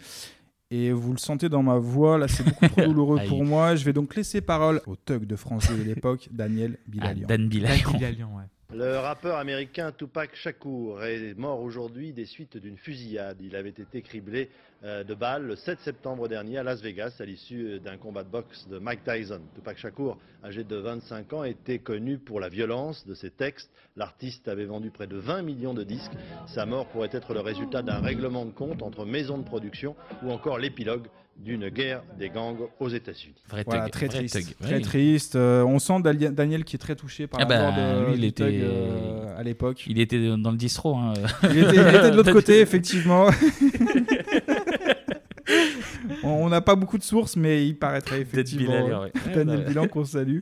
Et vous le sentez dans ma voix, là c'est beaucoup (laughs) trop douloureux Aïe. pour moi. Je vais donc laisser parole au thug de France de l'époque, Daniel Bilalian. Ah, Dan Bilalian. Dan Le rappeur américain Tupac Shakur est mort aujourd'hui des suites d'une fusillade. Il avait été criblé euh, de balles le 7 septembre dernier à Las Vegas à l'issue d'un combat de boxe de Mike Tyson. Tupac Shakur, âgé de 25 ans, était connu pour la violence de ses textes. L'artiste avait vendu près de 20 millions de disques. Sa mort pourrait être le résultat d'un règlement de compte entre maisons de production ou encore l'épilogue d'une guerre des gangs aux États-Unis. Voilà, très triste. Très triste. Euh, on sent Dalia- Daniel qui est très touché par Ah la bah, mort de, lui, il du était thug, euh, à l'époque. (laughs) Il était dans le distro. hein. Il était, il était de l'autre (laughs) côté, effectivement. On- On n'a pas beaucoup de sources, mais il paraîtrait effectivement. Bilal, ouais. Daniel Ouais. Bilan qu'on salue.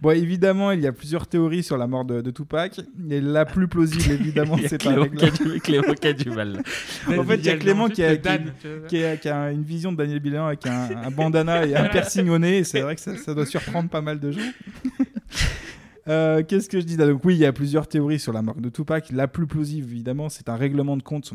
Bon, évidemment, il y a plusieurs théories sur la mort de, de Tupac. Et la (laughs) plus plausible, évidemment, Il y a c'est pas Clément avec qui a la- du- Clément qui a du mal. En fait, il y a Clément qui a, Juste Dan, qui- qui a- qui a une vision de Daniel Bilan avec un, un bandana et un piercing au nez. Et C'est vrai que ça, ça doit surprendre pas mal de gens. Euh, Qu'est-ce que je dis là Donc oui, il y a plusieurs théories sur la mort de Tupac. La plus plausible, évidemment, c'est un règlement de compte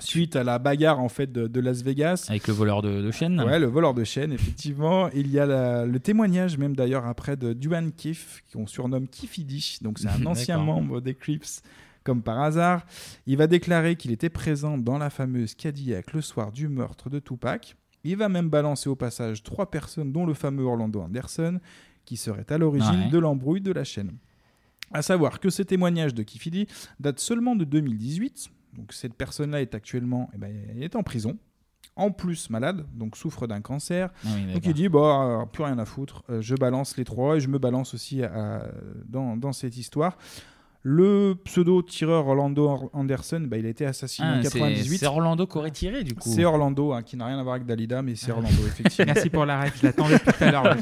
suite à la bagarre en fait de, de Las Vegas. Avec le voleur de, de chaîne. Ouais, le voleur de chaîne, effectivement. Il y a la- le témoignage même d'ailleurs après de Duane Kiff, qu'on surnomme Kiffidi. Donc c'est (laughs) un ancien D'accord. membre des Crips, comme par hasard. Il va déclarer qu'il était présent dans la fameuse Cadillac le soir du meurtre de Tupac. Il va même balancer au passage trois personnes, dont le fameux Orlando Anderson, qui serait à l'origine Ouais. de l'embrouille de la chaîne. À savoir que ce témoignage de Kifidi date seulement de 2018. Donc cette personne-là est actuellement, eh ben, elle est en prison. En plus malade, donc souffre d'un cancer. Ah oui, donc d'accord. il dit bah alors, plus rien à foutre. euh, je balance les trois et je me balance aussi à- dans, dans cette histoire. Le pseudo tireur Orlando Or- Anderson, bah, il a été assassiné Ah, en c'est- 98. c'est Orlando qui aurait tiré, du coup. C'est Orlando hein, qui n'a rien à voir avec Dalida, (laughs) mais c'est Orlando effectivement. Merci pour la ref, je l'attendais depuis tout à l'heure.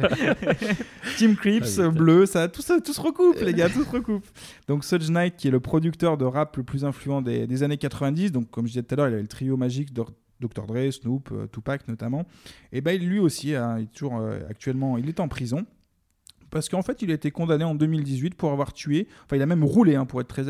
Team Crips, Ah oui, bleu, ça, tout ça, tout se recoupe, (laughs) les gars, tout se recoupe. Donc Suge Knight, qui est le producteur de rap le plus influent des, des années 90, donc comme je disais tout à l'heure, il avait le trio magique de Dr. Dre, Snoop, euh, Tupac notamment. Et ben lui aussi, hein, il est toujours euh, actuellement, il est en prison. Parce qu'en fait, il a été condamné en 2018 pour avoir tué, enfin, il a même roulé, hein, pour être très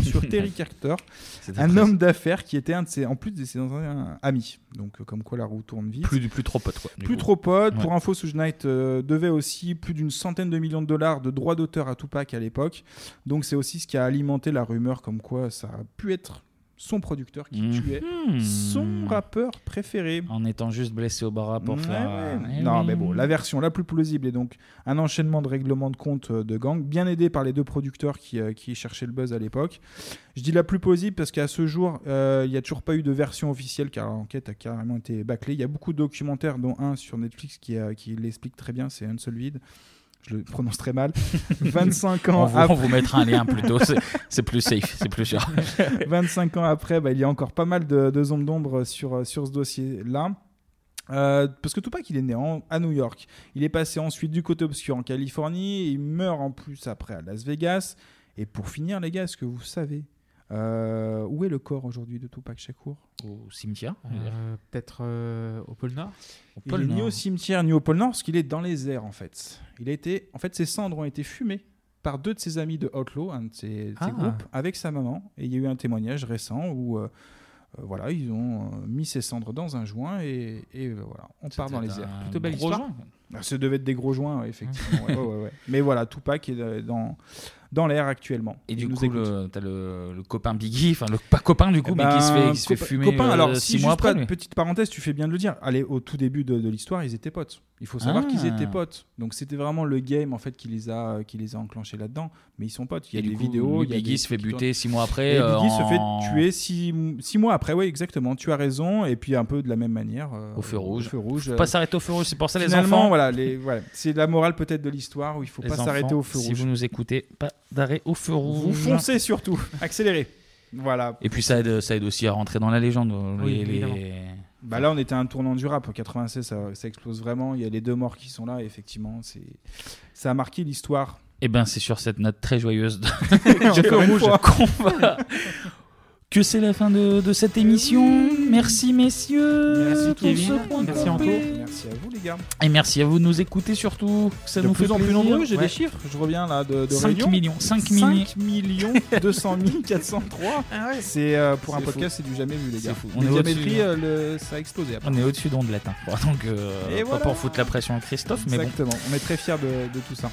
(laughs) sur Terry Carter, C'était un presque- homme d'affaires qui était un de ses, en plus de ses anciens amis. Donc, euh, comme quoi la roue tourne vite. Plus, plus trop pote, quoi. du Plus coup. trop pote. Pour Ouais. info, Suge Knight euh, devait aussi plus d'une centaine de millions de dollars de droits d'auteur à Tupac à l'époque. Donc c'est aussi ce qui a alimenté la rumeur comme quoi ça a pu être son producteur qui Mhm. tuait son rappeur préféré. En étant juste blessé au bras pour Ouais, faire. euh, ouais. eh Non, oui. mais bon, la version la plus plausible est donc un enchaînement de règlements de compte euh, de gang, bien aidé par les deux producteurs qui, euh, qui cherchaient le buzz à l'époque. Je dis la plus plausible parce qu'à ce jour, euh, il n'y a toujours pas eu de version officielle car l'enquête a carrément été bâclée. Il y a beaucoup de documentaires, dont un sur Netflix qui, euh, qui l'explique très bien, c'est Unsolved. Je le prononce très mal. 25 ans on vous, après- on vous mettra un lien plutôt. (laughs) C'est- C'est plus safe, c'est plus sûr. 25 ans après, bah, il y a encore pas mal de, de zones d'ombre sur, euh, sur ce dossier-là. Euh, parce que Tupac, il est né en- à New York. Il est passé ensuite du côté obscur en Californie. Il meurt en plus après à Las Vegas. Et pour finir, les gars, est-ce que vous savez euh, où est le corps aujourd'hui de Tupac Shakur Au cimetière Euh, Peut-être euh, au pôle Nord Il est ni au cimetière ni au pôle Nord, parce qu'il est dans les airs en fait. Il a été, en fait, ses cendres ont été fumées par deux de ses amis de Outlaw, un de ses, de ses Ah. groupes, avec sa maman. Et il y a eu un témoignage récent où, euh, euh, voilà, ils ont euh, mis ses cendres dans un joint et, et, euh, voilà, on part dans les airs. un Plutôt belle gros histoire. joint. Ah, Ça devait être des gros joints, ouais, effectivement. (laughs) ouais, ouais, ouais, ouais. Mais voilà, Tupac est euh, dans dans l'air actuellement. Et Il du nous coup, écoute. le- t'as le, le copain Biggie, enfin le pas copain du coup, mais Ben, qui se fait, qui se fait copain- fumer. copain, euh, alors, six si, mois juste après. pas- lui. petite parenthèse, tu fais bien de le dire. Allez, au tout début de, de l'histoire, ils étaient potes. Il faut savoir Ah. qu'ils étaient potes. Donc c'était vraiment le game en fait qui les a qui les a enclenchés là-dedans. Mais ils sont potes. Il y a Et du des coup, vidéos. lui, il y a Biggie des se fait trucs qui buter tournent. six mois après, euh, Et Biggie en- se fait tuer euh, six, six mois après. Oui, exactement. Tu as raison. Et puis un peu de la même manière. euh, Au feu rouge. rouge, Faut euh, pas s'arrêter au feu rouge. C'est pour ça les Finalement, enfants. Voilà, les- voilà. c'est la morale peut-être de l'histoire où il faut Les pas s'arrêter enfants, au feu si rouge. vous nous écoutez, pas d'arrêt au feu rouge. Vous (laughs) foncez surtout. Accélérez. Voilà. Et puis ça aide, ça aide aussi à rentrer dans la légende. euh, Oui, les- les- évidemment. Bah là, on était à un tournant du rap. En 96, ça, ça explose vraiment. Il y a les deux morts qui sont là. Et effectivement, c'est ça a marqué l'histoire. Eh ben, c'est sur cette note très joyeuse (laughs) de Encore Feu une rouge fois. qu'on va- que c'est la fin de, de cette émission. Merci messieurs Merci pour Kevin. ce point Merci Anto. complet. Merci à vous les gars. Et merci à vous de nous écouter surtout. Ça de nous plus fait en plus plaisir. nombreux, j'ai Ouais. des chiffres. Je reviens là de, de 5 réunion. millions, 5 millions. (laughs) 5 millions 200 403. C'est euh, pour un Ah C'est podcast, c'est du jamais vu les C'est gars. fou. On On est au-dessus, géométrie, hein. euh, le- ça a explosé après. On est au-dessus d'onde latin. Bon, donc, euh, Et pas voilà. pour foutre la pression à Christophe, mais bon. Exactement. On est très fiers de, de tout ça.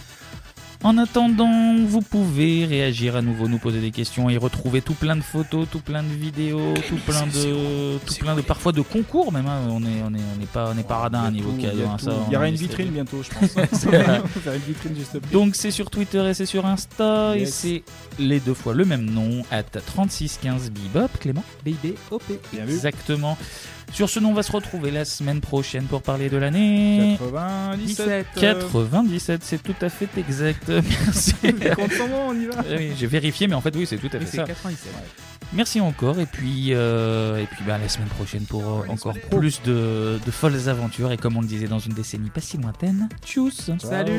En attendant, vous pouvez réagir à nouveau, nous poser des questions et retrouver tout plein de photos, tout plein de vidéos, tout plein de, tout plein de, parfois de concours même. hein. On est, on est, on est pas, on est pas radin à niveau Tout, cadeau. Oh, il y a hein, tout. ça, Il y on aura une essaie de- vitrine bientôt, (laughs) je pense. C'est vrai. (laughs) On va faire une vitrine juste après. Donc c'est sur Twitter et c'est sur Insta et Yes. c'est les deux fois le même nom at 3615 Bibop Clément BIBOP. exactement. Sur ce nom, on va se retrouver la semaine prochaine pour parler de l'année 97. 97, c'est tout à fait exact. (laughs) (laughs) Merci. Les comptes sont bons, on y va. Eh oui, J'ai vérifié, mais en fait oui, c'est tout à fait Oui, c'est ça. 97. Merci encore et puis euh, et puis bah, la semaine prochaine pour euh, encore plus de, de folles aventures et comme on le disait dans une décennie pas si lointaine. Tchuss. Salut.